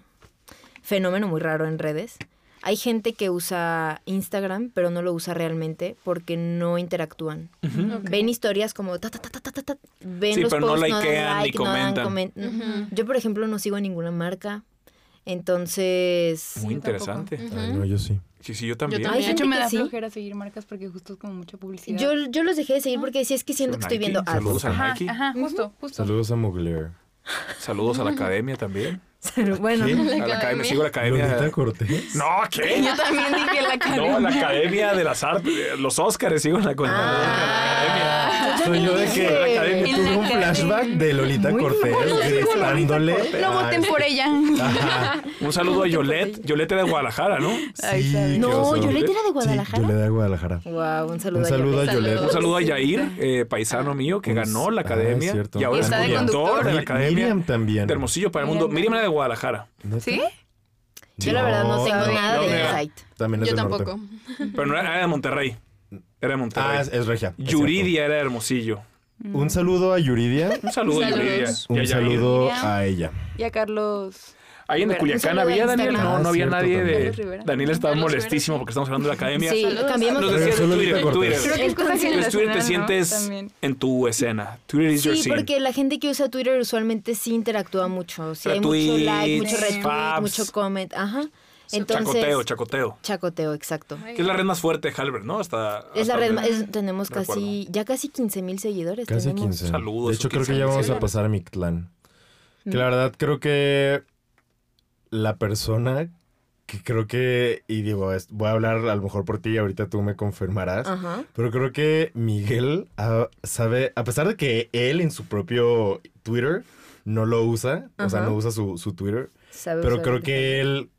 F: fenómeno muy raro en redes. Hay gente que usa Instagram, pero no lo usa realmente porque no interactúan.
B: ok.
F: Ven historias como ta, ta, ta, ta, ta, ta, ta, ven
C: Sí,
F: los
C: pero no
F: posts,
C: likean ni
F: no dan
C: comentan.
F: comen- no.
B: Ujú.
F: Yo, por ejemplo, no sigo a ninguna marca. Entonces,
C: Muy
E: Sí,
C: interesante.
B: Ujú.
D: Ay, no, yo sí.
C: Sí, sí, yo también.
B: Yo
E: A
B: también.
E: mí, de hecho,
F: gente
E: me
F: que
E: da
F: sí.
E: flojera seguir marcas porque justo es como mucha publicidad.
F: yo, yo los dejé de seguir porque sí es que siento que estoy
C: Nike,
F: viendo ads.
C: Saludos a
E: ajá,
C: Nike.
E: ajá, justo, justo.
D: Saludos a Mugler.
C: Saludos a la academia también.
F: bueno,
D: ¿Qué?
C: A la academia. Sigo la academia.
D: Lolita Cortés.
C: No, ¿qué?
E: Yo también dije la cara.
C: No, la Academia de las Artes, los Óscares, sigo en la cuenta.
F: Ah,
C: la Academia.
D: Soy yo de que
F: En la
D: yo tuve un
E: academia.
D: flashback de Lolita Cortés gritándole.
E: No
D: Ay,
E: voten por ella.
D: Ajá.
C: Un saludo a Yolette. Yolette era de Guadalajara, ¿no?
E: Ay,
D: Sí,
E: sabe.
D: qué
F: no,
D: oso.
F: Yolette era de
D: Sí,
F: Guadalajara.
D: Yolette de Guadalajara.
F: wow, un saludo
D: Un saludo a
F: a Yolette.
D: Yolette.
C: Un saludo a Yair, eh, paisano mío, que
D: Un-
C: ganó la
D: ah,
C: academia
D: es cierto.
C: y ahora
E: Y
C: es
E: está de
C: director
E: conductor.
C: de la
D: Mir-
C: academia
D: Miriam también.
C: de Hermosillo para el Mundo. Miriam era de Guadalajara,
D: ¿Neta?
E: ¿Sí?
F: Yo la verdad no
D: No,
F: tengo
D: no,
F: nada
C: no,
F: de
C: no.
F: insight.
D: También es
B: Yo
D: del norte.
B: tampoco.
C: pero no era, era de Monterrey. Era de
D: Ah,
C: Monterrey.
D: es, es regia. es
C: Yuridia era de Hermosillo.
D: cierto.
E: Mm.
D: Un saludo a Yuridia.
C: Un saludo a
B: Saludos.
C: Yuridia. y a
D: Un
C: Yair.
D: saludo
E: Miriam.
D: a ella.
E: Y a Carlos.
C: Ahí en
E: Rivera.
C: Culiacán
F: Un saludo
C: había
F: a
C: Daniel.
F: Instagram.
C: No, no había
D: Ah, es
C: nadie
D: cierto,
C: de.
D: Carlos
E: Rivera.
C: Daniel estaba
B: Carlos
C: molestísimo
B: Rivera.
C: porque estamos hablando de la academia.
F: Sí,
B: Saludos.
F: cambiemos
C: Nos
F: de
D: Pero
C: decías de
D: solo
C: Twitter,
D: Lolita
C: Twitter.
D: Cortés.
E: Creo que es cosa
C: Pues Twitter te
E: generacional, ¿no?
C: sientes
E: También.
C: en tu escena. Twitter is your
F: Sí,
C: scene.
F: porque la gente que usa Twitter usualmente sí interactúa mucho. O sea, hay mucho
C: Retweets,
F: like, mucho
C: Sí.
F: retweet,
C: faps.
F: mucho comment. Ajá. Entonces,
C: chacoteo, chacoteo.
F: chacoteo, exacto.
D: Ah,
B: Muy
C: Que es la
B: bien.
C: red más fuerte, Halbert, ¿no? Hasta,
F: Es la
C: hasta
F: red,
C: el-
F: ma- es- tenemos
C: Recuerdo.
F: casi, ya casi 15 mil seguidores.
D: Casi
F: tenemos.
D: 15.
C: Saludos,
D: de hecho, creo que
C: 15.
D: ya vamos a pasar a mi clan. Que
F: Mm.
D: la verdad creo que la persona que creo que, y digo, es- voy a hablar a lo mejor por ti y ahorita tú me confirmarás,
F: Ajá.
D: pero creo que Miguel ah, sabe, a pesar de que él en su propio Twitter no lo usa, o sea,
F: Ajá.
D: no usa su, su Twitter,
F: Sabe
D: pero
F: usar
D: creo
F: el-
D: que él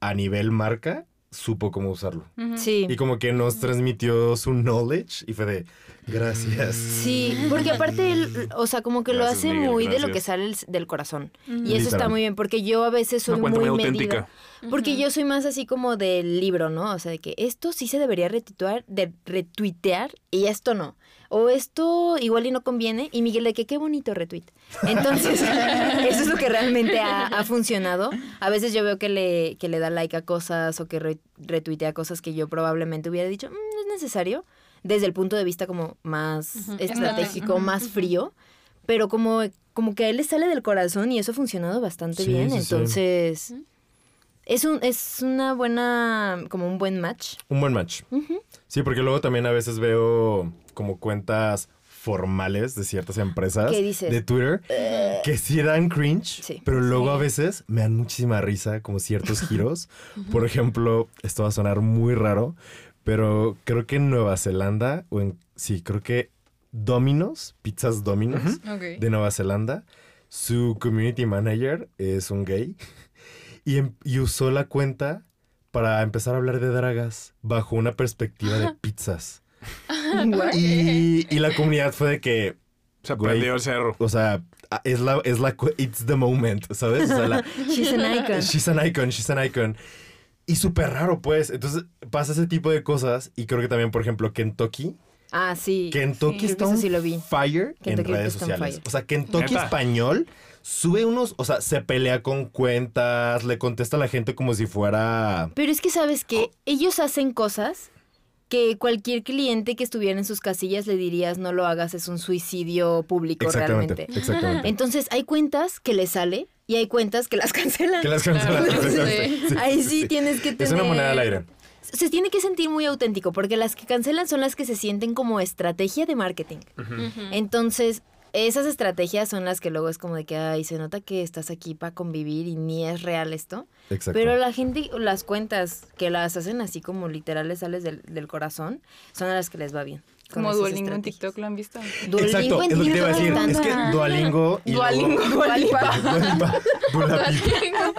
D: a nivel marca supo cómo usarlo.
F: Sí.
D: Y como que nos transmitió su knowledge y fue de, gracias.
F: Sí, porque aparte, él, o sea, como que
C: Gracias,
F: lo hace
C: Miguel,
F: muy de
C: gracias.
F: lo que sale el- del corazón.
E: Mm.
F: Y eso
D: Literal.
F: está muy bien, porque yo a veces soy
C: Una
F: muy,
C: cuenta muy
F: medida.
C: auténtica.
F: Porque yo soy más así como del libro, ¿no? O sea, de que esto sí se debería retituar, de retuitear y esto no. O esto igual y no conviene. Y Miguel de que qué bonito retweet. Entonces, eso es lo que realmente ha, ha funcionado. A veces yo veo que le, que le da like a cosas o que re- retuitea cosas que yo probablemente hubiera dicho, "Mm, no es necesario, desde el punto de vista como más estratégico, más frío. Pero como, como que a él le sale del corazón y eso ha funcionado bastante
D: Sí,
F: bien.
D: sí, sí.
F: Entonces... Es un, es una buena, como un buen match.
D: Un buen match. Sí, porque luego también a veces veo como cuentas formales de ciertas empresas
F: ¿Qué dices? Eh.
D: de Twitter que sí dan cringe,
F: Sí.
D: pero luego a veces me dan muchísima risa como ciertos giros. Por ejemplo, esto va a sonar muy raro, pero creo que en Nueva Zelanda o en sí, creo que Domino's, pizzas Domino's
E: Ok.
D: de Nueva Zelanda, su community manager es un gay y, em- y usó la cuenta para empezar a hablar de dragas bajo una perspectiva de pizzas. Y, y la comunidad fue de que,
C: Se
D: Güey.
C: prendió el cerro.
D: o sea, a- es la, es la, cu- it's the moment, ¿sabes? O sea, la,
F: She's an icon.
D: she's an icon, she's an icon. Y súper raro, pues. Entonces pasa ese tipo de cosas. Y creo que también, por ejemplo, Kentucky.
F: Ah, sí.
D: Kentucky
F: Sí, creo que
D: está
F: eso
D: un
F: sí lo vi.
D: fire
F: Kentucky
D: en redes
F: está un
D: sociales.
F: fire.
D: O sea, Kentucky
C: ¿Neta?
D: español sube unos, o sea, se pelea con cuentas, le contesta a la gente como si fuera...
F: Pero es que sabes que ellos hacen cosas que cualquier cliente que estuviera en sus casillas le dirías no lo hagas, es un suicidio público
D: Exactamente,
F: realmente.
D: exactamente.
F: Entonces hay cuentas que le sale y hay cuentas que las cancelan.
D: que las cancelan.
B: Claro,
D: exactamente.
B: sí.
F: Ahí sí, tienes que tener...
D: Es una moneda al aire.
F: Se tiene que sentir muy auténtico porque las que cancelan son las que se sienten como estrategia de marketing. Mm. Entonces, esas estrategias son las que luego es como de que, ay, se nota que estás aquí para convivir y ni es real esto.
D: Exacto.
F: Pero la gente, las cuentas que las hacen así como literales sales del, del corazón, son a las que les va bien. con
E: Como
F: esas
E: Duolingo en
F: estrategias.
E: TikTok, ¿lo han visto?
F: Duolingo
D: Exacto,
F: en
D: es lo que te iba a decir.
F: TikTok.
D: Es que Duolingo y luego-
E: Dualipa.
D: Dualipa. Dualipa.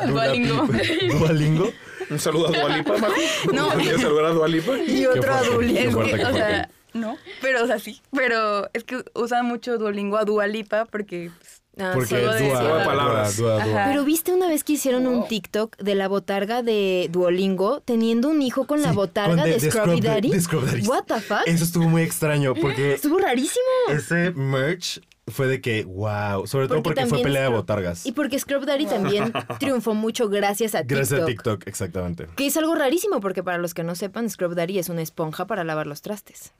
E: Duolingo.
D: Duolingo.
C: Un saludo a Dualipa, Majo.
E: No.
C: ¿Quieres saludar a Dualipa?
F: Y otro a
D: fuerte.
F: Duolingo.
D: Qué
E: Es que,
D: fuerte, qué
E: o
D: fuerte.
E: sea, no, pero o sea, sí. Pero es que usan mucho Duolingo a Dualipa porque pues,
F: Ah, sí.
D: Porque
E: solo
D: es
E: de-
D: dua,
E: solo de-
C: palabras.
D: dua, dua, dua.
E: Ajá.
F: Pero viste una vez que hicieron un TikTok de la botarga de Duolingo teniendo un hijo con la
D: Sí,
F: botarga
D: con
F: de,
D: de- de
F: Scrubby
D: Scrub-
F: Daddy.
D: de Scrub Daddy.
F: What the fuck?
D: Eso estuvo muy extraño porque
F: Estuvo rarísimo.
D: ese merch fue de que, wow, sobre todo porque, fue
F: también
D: pelea de
F: Scrub-
D: botargas.
F: Y porque Scrub Daddy también triunfó mucho gracias a TikTok.
D: Gracias a TikTok, exactamente.
F: Que es algo rarísimo porque para los que no sepan, Scrub Daddy es una esponja para lavar los trastes.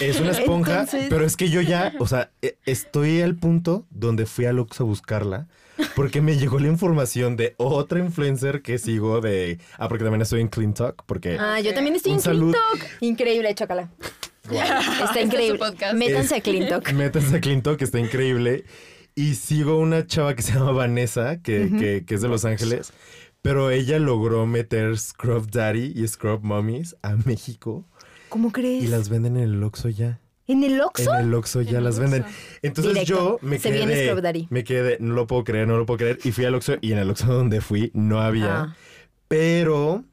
D: Es una esponja,
F: Oh. Entonces-
D: pero es que yo ya, o sea, e- estoy al punto donde fui a Lux a buscarla porque me llegó la información de otra influencer que sigo de... Ah, porque también estoy en Clean Talk, porque...
F: Ah, yo también estoy
D: Un
F: en
D: salud.
F: Clintock. Increíble, chócala. Está
B: Este su
F: increíble.
B: podcast.
F: Métanse a
D: Es-
F: Clintock.
D: Métanse a Clinton, que está increíble. Y sigo una chava que se llama Vanessa, que, que- que es de Los Ángeles. Pero ella logró meter Scrub Daddy y Scrub Mummies a México.
F: ¿Cómo
D: Y
F: crees?
D: las venden en el Oxxo ya.
F: ¿En el Oxxo?
D: En el Oxxo ya
B: En
D: las
B: el
D: venden.
B: Oxxo.
D: Entonces yo
F: Directo.
D: me
F: Se
D: quedé.
F: viene
D: de-
F: Scrub Daddy.
D: Me quedé de, no lo puedo creer, no lo puedo creer. Y fui al Oxxo y en el Oxxo donde fui no había.
F: Ah.
D: Pero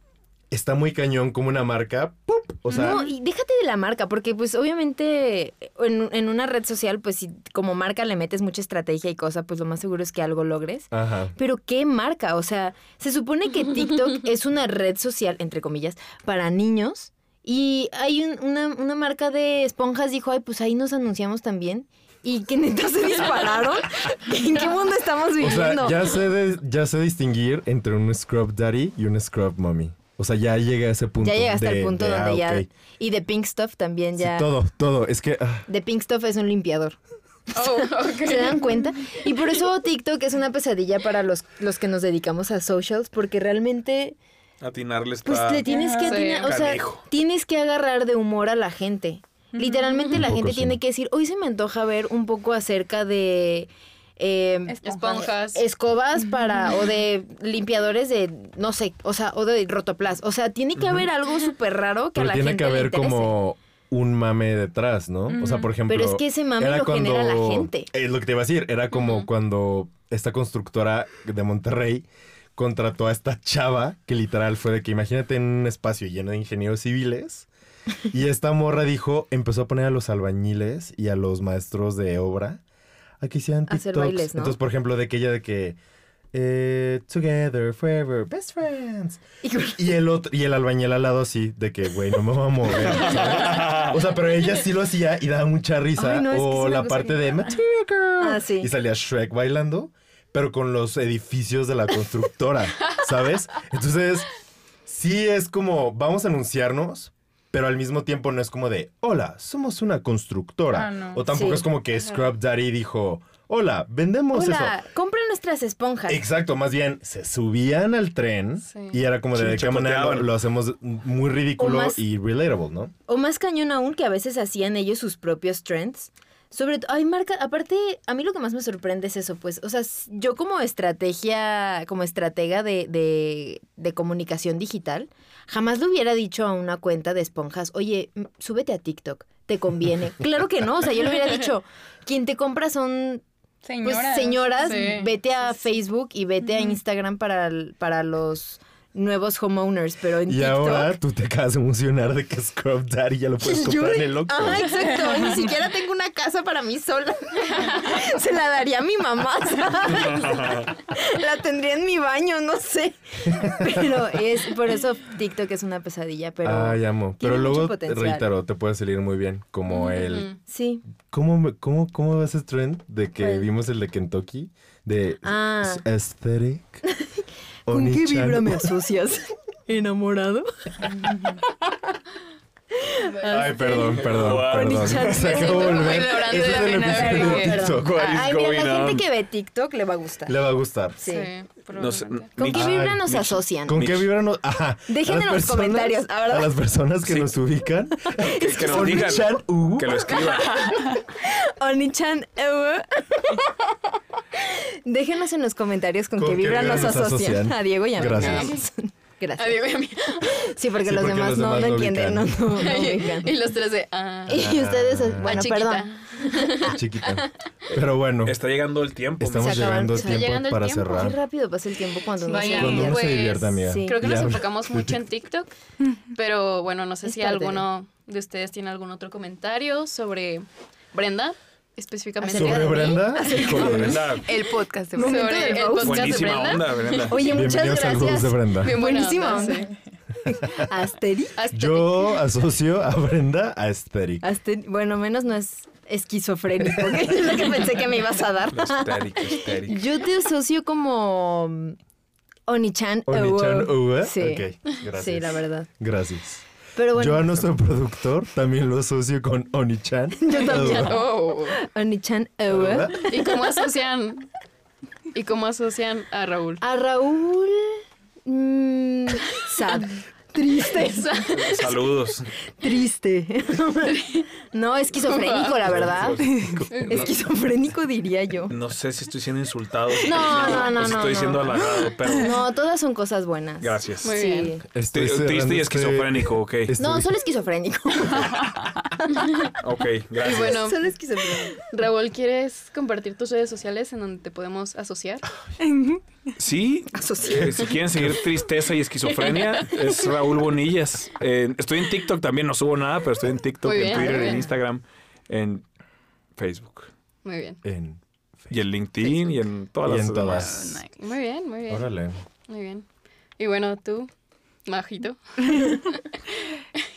D: está muy cañón como una marca. ¡pup! O sea,
F: no, y déjate de la marca, porque pues obviamente en, en una red social, pues si como marca le metes mucha estrategia y cosa, pues lo más seguro es que algo logres.
D: ajá.
F: Pero qué marca, o sea, se supone que TikTok es una red social, entre comillas, para niños. Y hay un- una, una marca de esponjas dijo, ay, pues ahí nos anunciamos también. Y que neta se dispararon. ¿En qué mundo estamos
D: O sea,
F: viviendo?
D: ya sé, de- ya sé distinguir entre un scrub daddy y un scrub mommy. O sea, ya llegué a ese punto.
F: Ya llegaste
D: de-
F: al punto
D: de,
F: donde
D: ah,
F: ya...
D: ok.
F: Y de Pink Stuff también
D: Sí,
F: ya...
D: todo, todo. Es que ah,
F: De Pink Stuff es un limpiador.
E: Oh, ok.
F: ¿Se dan cuenta? Y por eso TikTok es una pesadilla para los, los que nos dedicamos a socials, porque realmente,
C: Atinarle
F: pues
C: está...
F: le tienes que
B: Sí.
F: atinar, o sea,
C: Canijo.
F: tienes que agarrar de humor a la gente. Literalmente la
D: Un poco
F: gente
D: sí.
F: tiene que decir, hoy se me antoja ver un poco acerca de... eh,
B: Esponjas.
F: escobas para o de limpiadores de no sé o sea o de rotoplas o sea tiene que haber algo súper raro que
D: pero
F: a la
D: tiene
F: gente
D: que
F: le
D: haber
F: interese.
D: como un mame detrás, ¿no? O sea, por ejemplo.
F: Pero es que ese mame
D: era
F: lo
D: cuando-
F: genera la gente.
D: Es lo que te iba a decir. Era como cuando esta constructora de Monterrey contrató a esta chava que literal fue de que imagínate en un espacio lleno de ingenieros civiles. Y esta morra dijo, empezó a poner a los albañiles y a los maestros de obra a que hicieran
F: Hacer
D: TikToks.
F: bailes, ¿no?
D: Entonces, por ejemplo, de que ella de que eh, together forever best friends. Y el otro y el albañil al lado así de que güey, no me voy a mover. ¿sabes? O sea, pero ella sí lo hacía y daba mucha risa
F: Ay, no, es que
D: o
F: es una
D: la
F: cosa
D: parte de Material Girl.
F: Ah, sí.
D: Y salía Shrek bailando, pero con los edificios de la constructora, ¿sabes? Entonces, sí es como vamos a anunciarnos, pero al mismo tiempo no es como de, hola, somos una constructora.
E: Ah, no.
D: O tampoco
F: Sí.
D: es como que Scrub Daddy dijo, hola, vendemos
F: hola
D: eso.
F: compra nuestras esponjas
D: Exacto, más bien se subían al tren
B: Sí.
D: y era como de,
C: Sí,
D: de qué manera lo,
C: chacoteaban.
D: lo hacemos muy ridículo
F: O más-
D: y relatable, ¿no?
F: O más cañón aún, que a veces hacían ellos sus propios trends. Sobre todo, hay marca, aparte, a mí lo que más me sorprende es eso, pues, o sea, s- yo como estrategia, como estratega de, de, de comunicación digital, jamás le hubiera dicho a una cuenta de esponjas, oye, m- súbete a TikTok, te conviene. claro que no, o sea, yo le hubiera dicho, quien te compra son Pues
E: Señora.
F: señoras,
B: Sí.
F: vete a Facebook y vete a Instagram para, para los nuevos homeowners, pero en
D: Y
F: TikTok.
D: ahora tú te acabas de emocionar de que Scrub Daddy ya lo puedes Pues comprar en el Oxxo.
F: Ah, Pues exacto. Ni siquiera tengo una casa para mí sola. Se la daría a mi mamá. ¿sabes? La tendría en mi baño, no sé. Pero es por eso TikTok es una pesadilla, pero
D: Ay, amo.
F: tiene
D: Pero luego,
F: mucho potencial.
D: reitero, te puede salir muy bien. Como el...
B: Ujú.
F: sí.
D: ¿Cómo, me- cómo, cómo ves ese trend de que
F: ¿Cuál?
D: vimos el de Kentucky? De
F: Ah.
D: s- aesthetic.
F: ¿Con qué
D: Oni-chan.
F: vibra me asocias? ¿Enamorado?
D: Ay, perdón, perdón, perdón.
F: Oni-chan.
D: Se acabó de volver.
B: Estoy hablando de
D: Ese
B: la
D: es el
B: reina de
D: episodio de
B: Vergüenza.
D: TikTok. What is
F: Ay, mira,
D: going
F: la gente
D: on?
F: que ve TikTok le va a gustar.
D: Le va a gustar.
F: Sí.
C: No sé,
B: probablemente.
F: ¿Con qué
C: Mitch-
F: vibra
D: Ay,
F: nos
C: Mitch-
F: asocian?
D: ¿Con
C: Mitch.
D: qué vibra nos.? Ajá.
F: Dejen
D: A las
F: en los comentarias, la verdad.
D: A las personas que
C: Sí.
D: nos ubican.
C: Que, que nos
D: Oni
C: digan.
D: Chan, uh.
C: Que lo escriban.
F: Onichan ewe. Déjenos en los comentarios con,
D: Con
F: qué
D: qué
F: vibra
D: vibra
F: nos
D: nos
F: asocian.
D: asocian.
F: A Diego y a mí.
D: Gracias.
F: Gracias.
B: Adiós, amiga.
F: Sí, porque
D: Sí,
F: los
D: porque
F: demás
D: los
F: no
D: demás
F: lo
D: no
F: entienden, no,
D: ubican.
F: no, no ubican.
B: y los tres de. Ah,
F: Y ustedes, eh, bueno,
B: chiquita.
F: perdón.
D: Chiquita. Pero bueno,
C: Está llegando el tiempo.
D: estamos
F: se acaban-
D: llegando a
F: se
B: está
D: tiempo
B: llegando el
D: para
B: tiempo.
F: Qué
D: cerrar.
F: rápido pasa el tiempo cuando uno
B: Vaya.
F: se
D: Cuando uno
F: divierte.
D: se
B: Pues,
D: divierte, amiga.
F: sí.
B: Creo que nos
D: Ya.
B: enfocamos mucho en TikTok, pero bueno, no sé
F: Es
B: si
F: parte de-
B: alguno de ustedes tiene algún otro comentario sobre Brenda, específicamente.
F: Acerca
D: ¿Sobre
F: de mí.
D: Brenda? Híjole.
F: Pues,
C: Brenda,
E: El podcast de
F: Momento
B: Sobre
F: del
B: el
F: box.
B: podcast de
C: buenísima
B: Brenda.
C: onda, Brenda.
F: Oye, muchas
D: Bienvenidos al Juegos
F: gracias.
D: de Brenda.
B: Bien buena
F: Buenísima
B: onda,
F: onda.
B: sí.
F: Asteri.
B: Hasta-
D: Yo asocio a Brenda a Aesthetic.
F: Asteri- Bueno, menos no es esquizofrénico, que es lo que pensé que me ibas a dar.
C: Los Tarik, los Tarik.
F: Yo te asocio como mm, Onichan. ewe.
D: Onichan V.
F: Sí.
D: Ok, gracias.
F: Sí, la verdad.
D: Gracias.
F: Pero bueno.
D: Yo a nuestro productor también lo asocio con Onichan.
F: Yo también.
B: Oh.
F: Onichan
D: ¿Verdad?
F: Ewe.
B: ¿Y cómo asocian? ¿Y cómo asocian a Raúl?
F: A Raúl. mm, sad. Triste.
C: Saludos.
F: Triste. no, esquizofrénico, la verdad. Esquizofrénico diría yo.
C: No sé si estoy siendo insultado. si
F: No,
C: estoy siendo-
F: no, no,
C: o si
F: no,
C: estoy
F: no.
C: siendo halagado, pero
F: No, todas son cosas buenas.
C: gracias.
B: Muy
F: Sí.
B: bien.
D: Estoy
C: Tri- Triste
D: cerrando
C: y
D: este-
C: esquizofrénico, ok.
D: este-
F: No, solo esquizofrénico.
C: Ok, gracias.
B: Y bueno,
F: solo esquizofrénico.
B: Raúl, ¿quieres compartir tus redes sociales en donde te podemos asociar?
C: Sí, eh, si quieren seguir tristeza y esquizofrenia, es Raúl Bonillas. Eh, estoy en TikTok también, no subo nada, pero estoy en TikTok,
B: Muy
C: en
B: bien,
C: Twitter,
B: muy
C: en
B: bien.
C: Instagram, en Facebook.
B: Muy bien.
D: En...
C: Y en LinkedIn y en todas
D: Y
C: las
D: en
C: demás.
F: Ah,
D: todas.
B: Muy bien, muy bien.
D: Órale.
B: Muy bien. Y bueno, tú, Majito.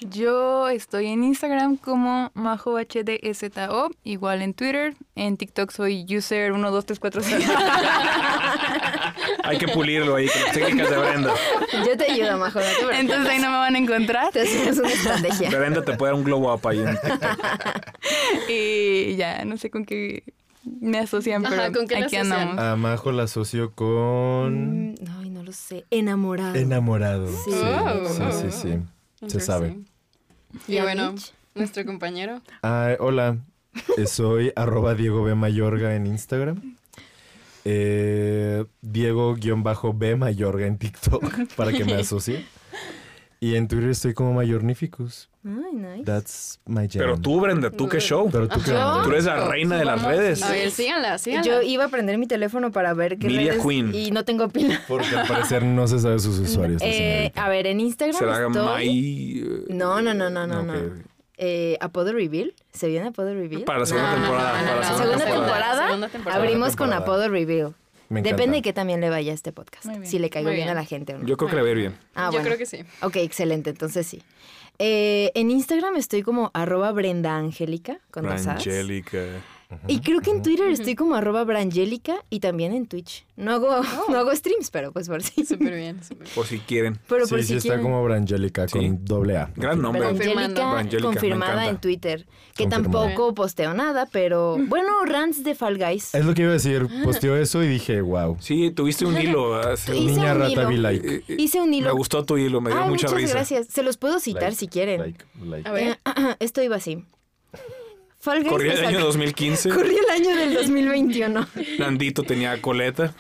E: Yo estoy en Instagram como Majo HDSO, igual en Twitter, en TikTok soy user 12345.
C: Hay que pulirlo ahí con las técnicas de Brenda.
F: Yo te ayudo, Majo. no te preocupes.
E: Entonces ahí no me van a encontrar.
F: Te hacemos una estrategia.
C: Brenda te puede dar un glow up ahí en TikTok.
E: Y ya, no sé con qué me asocian, pero
B: Ajá, ¿con qué la
E: aquí
B: asocian?
E: andamos.
D: A Majo la asocio con...
F: Mm, Ay, no lo sé. Enamorado.
D: Enamorado. Sí,
B: Oh.
D: sí, sí. sí. Se sabe.
B: Y
F: a
B: bueno,
F: Mitch?
B: nuestro compañero.
D: Ay, Ah, hola, Eh, soy arroba Diego B. Mayorga en Instagram. Eh, Diego-B. Mayorga en TikTok para que me asocie. Y en Twitter estoy como Mayornificus.
F: Ay, nice.
D: That's my jam.
C: Pero tú, Brenda, tú qué show.
D: Pero tú qué
F: Yo-
D: onda?
C: Tú eres la reina de las redes.
B: A ver, síganla, síganla.
F: Yo iba a prender mi teléfono para ver qué
C: Media
F: redes
C: Queen.
F: y no tengo pila.
D: Porque al parecer no se sabe sus usuarios. la
F: Eh,
D: señorita.
F: a ver, en Instagram
C: Será
F: estoy...
C: May. eh,
F: No, no, no, no, no,
D: No,
F: no.
D: ok.
F: Eh, Apodo Reveal. ¿Se viene Apodo Reveal?
C: Para la segunda
B: No, no,
C: temporada.
B: no, no,
C: para la
B: no.
C: segunda,
F: Segunda
C: temporada.
F: temporada,
B: Segunda temporada.
F: abrimos
D: Segunda temporada.
F: con Apodo Reveal.
D: Me encanta.
F: Depende de qué también le vaya a este podcast.
E: Muy bien.
F: Si le caigo
B: Muy
F: bien. a
B: bien.
F: la gente o no.
C: Yo creo que le va a ir bien.
F: ah,
B: Yo
F: bueno.
B: creo que sí.
F: Ok, excelente. Entonces sí. Eh, en Instagram estoy como arroba Brenda Angélica con dos As.
C: Angélica.
F: Y creo que en Twitter estoy como arroba Brangélica y también en Twitch. No hago,
B: Oh.
F: no hago streams, pero pues por si.
B: Súper bien, súper bien.
C: Por si quieren.
F: Pero por
D: Sí, sí,
F: si
D: está
F: quieren.
D: como Brangélica
C: Sí.
D: con doble A.
C: Gran nombre.
F: Brangélica
C: Brangélica, me
F: confirmada
C: encanta.
F: en Twitter. Que
D: Confirmada.
F: tampoco posteo nada, pero bueno, rants de Fall Guys.
D: Es lo que iba a decir. Posteó eso y dije, wow.
C: Sí, tuviste un hilo. hace
F: Hice
C: un-
D: Niña
F: un
D: rata,
F: hilo.
D: vi like.
C: Eh, eh,
F: Hice un hilo.
C: Me gustó tu hilo, me dio
F: Ay,
C: mucha
F: muchas
C: risa.
F: gracias. Se los puedo citar
D: Like,
F: si
C: Eh,
F: quieren.
D: Like, like.
B: A ver,
F: Eh, esto iba así. Fall Guys
C: Corría
F: me
C: el año
F: sacó-
C: 2015.
F: Corría el año del 2021.
C: Nandito tenía coleta.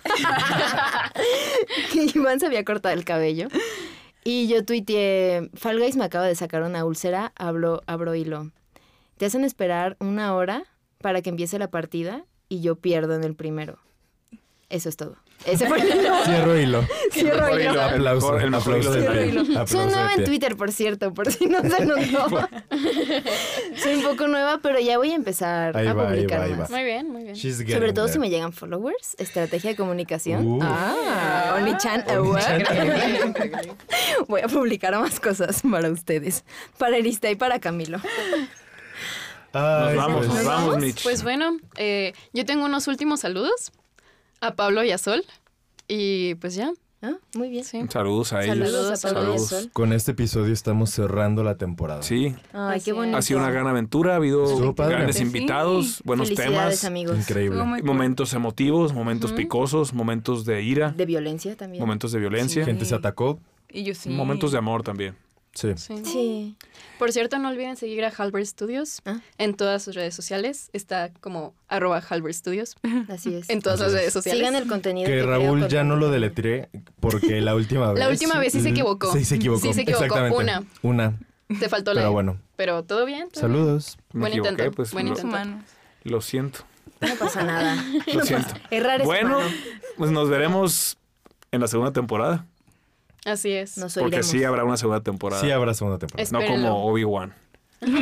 F: que Iván se había cortado el cabello. Y yo tuiteé, Fall Guys me acaba de sacar una úlcera, hablo, abro hilo. Te hacen esperar una hora para que empiece la partida y yo pierdo en el primero. Eso es todo. Ese fue el
D: Cierro hilo.
F: Cierro
C: mejor
F: yo.
C: hilo.
D: Aplauso.
C: mejor- el mejor
D: aplauso
C: hilo
D: de
C: del
D: pie.
E: hilo.
D: Aplauso
F: Soy
D: de
F: nueva en
D: pie.
F: Twitter, por cierto, por si no se nos va. Soy un poco nueva, pero ya voy a empezar
D: Ahí
F: a
D: va, ahí
F: publicar
D: va, ahí
F: más.
D: va.
B: Muy bien, muy bien.
D: She's
F: Sobre
D: getting
F: todo
D: there.
F: si me llegan followers, estrategia de comunicación.
D: Uh.
F: Ah, OnlyChan award. Voy a publicar más cosas para ustedes, para Erista y para Camilo.
C: Nos
D: Ay,
C: vamos,
D: pues.
C: nos vamos, Mitch.
B: Pues bueno, eh, yo tengo unos últimos saludos a Pablo y a Sol. Y pues ya,
F: Ah, Muy bien.
B: sí.
C: Saludos a ellos.
F: Saludos a Pablo y a
C: Saludos.
F: Sol.
D: Con este episodio estamos cerrando la temporada.
C: Sí,
F: Ay, qué
B: Así es.
F: bonito.
C: ha sido una gran aventura, ha habido
D: Estuvo padre.
C: grandes
B: Sí.
C: invitados, buenos
F: Felicidades,
C: temas,
F: amigos.
D: Increíble.
E: Estuvo muy cool.
C: momentos emotivos, momentos picosos, momentos de ira,
F: De violencia también.
C: momentos de violencia,
D: Gente se atacó.
E: Y yo sí.
C: momentos de amor también.
D: Sí.
B: sí.
F: Sí.
B: Por cierto, no olviden seguir a Halbert Studios
F: Ah.
B: en todas sus redes sociales. Está como arroba Halbert Studios
F: Así es.
B: en todas las redes sociales.
F: Sigan el contenido.
D: Que
F: creo
D: Raúl ya
F: con-
D: no lo deletré porque la última vez.
B: La última vez sí se equivocó.
D: Sí, se equivocó.
B: Sí se equivocó,
D: Exactamente.
B: una.
D: Una.
B: Te faltó la
D: Pero
B: E.
D: bueno.
B: Pero todo bien. ¿Todo bien?
D: Saludos.
C: Me
B: Buen
C: equivoqué,
B: intento,
C: pues,
B: buen
C: lo-
B: intento.
E: humanos.
C: lo siento.
F: No pasa nada.
C: Lo siento.
F: Errar es
C: Bueno,
F: humano.
C: pues nos veremos en la segunda temporada.
B: Así es.
F: Nos
C: Porque
F: oiremos.
C: sí ah, habrá una segunda temporada.
D: Sí habrá segunda temporada.
B: Es-
C: no
B: Espérenlo.
C: como Obi-Wan. Pero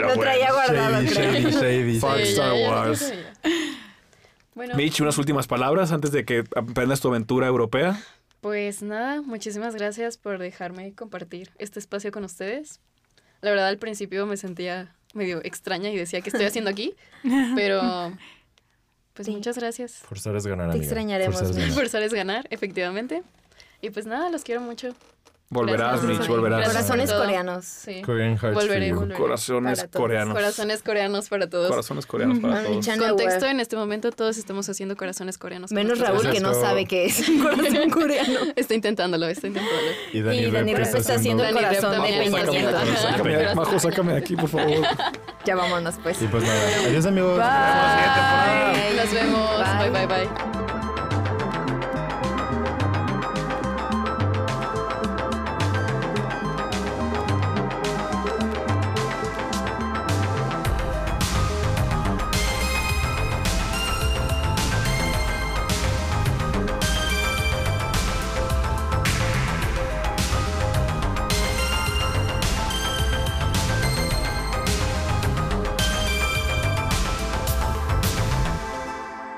F: lo
C: bueno.
F: traía guardado,
D: Shady,
F: creo.
D: shady, shady.
C: Fuck.
D: shady.
B: Sí,
C: Star
B: Eh, ya, ya,
C: Wars.
B: ya, ya. Bueno,
C: Mitch, unas últimas palabras antes de que aprendas tu aventura europea.
B: pues nada, muchísimas gracias por dejarme compartir este espacio con ustedes. La verdad, al principio me sentía medio extraña y decía, ¿qué estoy haciendo aquí? Pero, pues
F: Sí.
B: muchas gracias.
D: Forzar es ganar,
F: Te
D: amiga.
F: extrañaremos,
D: Forzar es
F: Mitch.
D: ganar.
B: Forzar es ganar, efectivamente. Y pues nada, los quiero mucho.
C: Volverás,
B: Gracias.
C: Mitch,
B: Sí.
C: volverás.
B: Gracias.
F: Corazones
B: Todo.
F: coreanos.
B: Sí.
D: Korean Hearts
B: Volveré,
D: for you.
B: volveré.
C: Corazones
F: Para todos.
C: coreanos.
B: Corazones coreanos para todos.
C: Corazones coreanos para todos.
F: Omnichan
B: Contexto,
F: aware.
B: en este momento todos estamos haciendo corazones coreanos. con
F: Menos
B: nuestros
F: Raúl que no
D: Gracias,
F: sabe
D: todo.
F: qué es un corazón coreano.
B: amigos. Está intentándolo, está intentándolo.
D: Y Dani,
F: Y Dani
D: Rep
F: Rep está haciendo el
B: Dani Rep
F: corazón de
B: también.
F: Peña
B: Majo,
F: Nieto.
B: sácame,
F: Ajá.
C: Sácame de- Majo, sácame de aquí, por favor.
F: Ya vámonos pues.
D: Y pues nada. Adiós, amigos.
F: Bye.
B: Nos vemos.
F: Bye.
B: bye, bye. bye.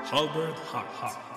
A: Halbert Hart.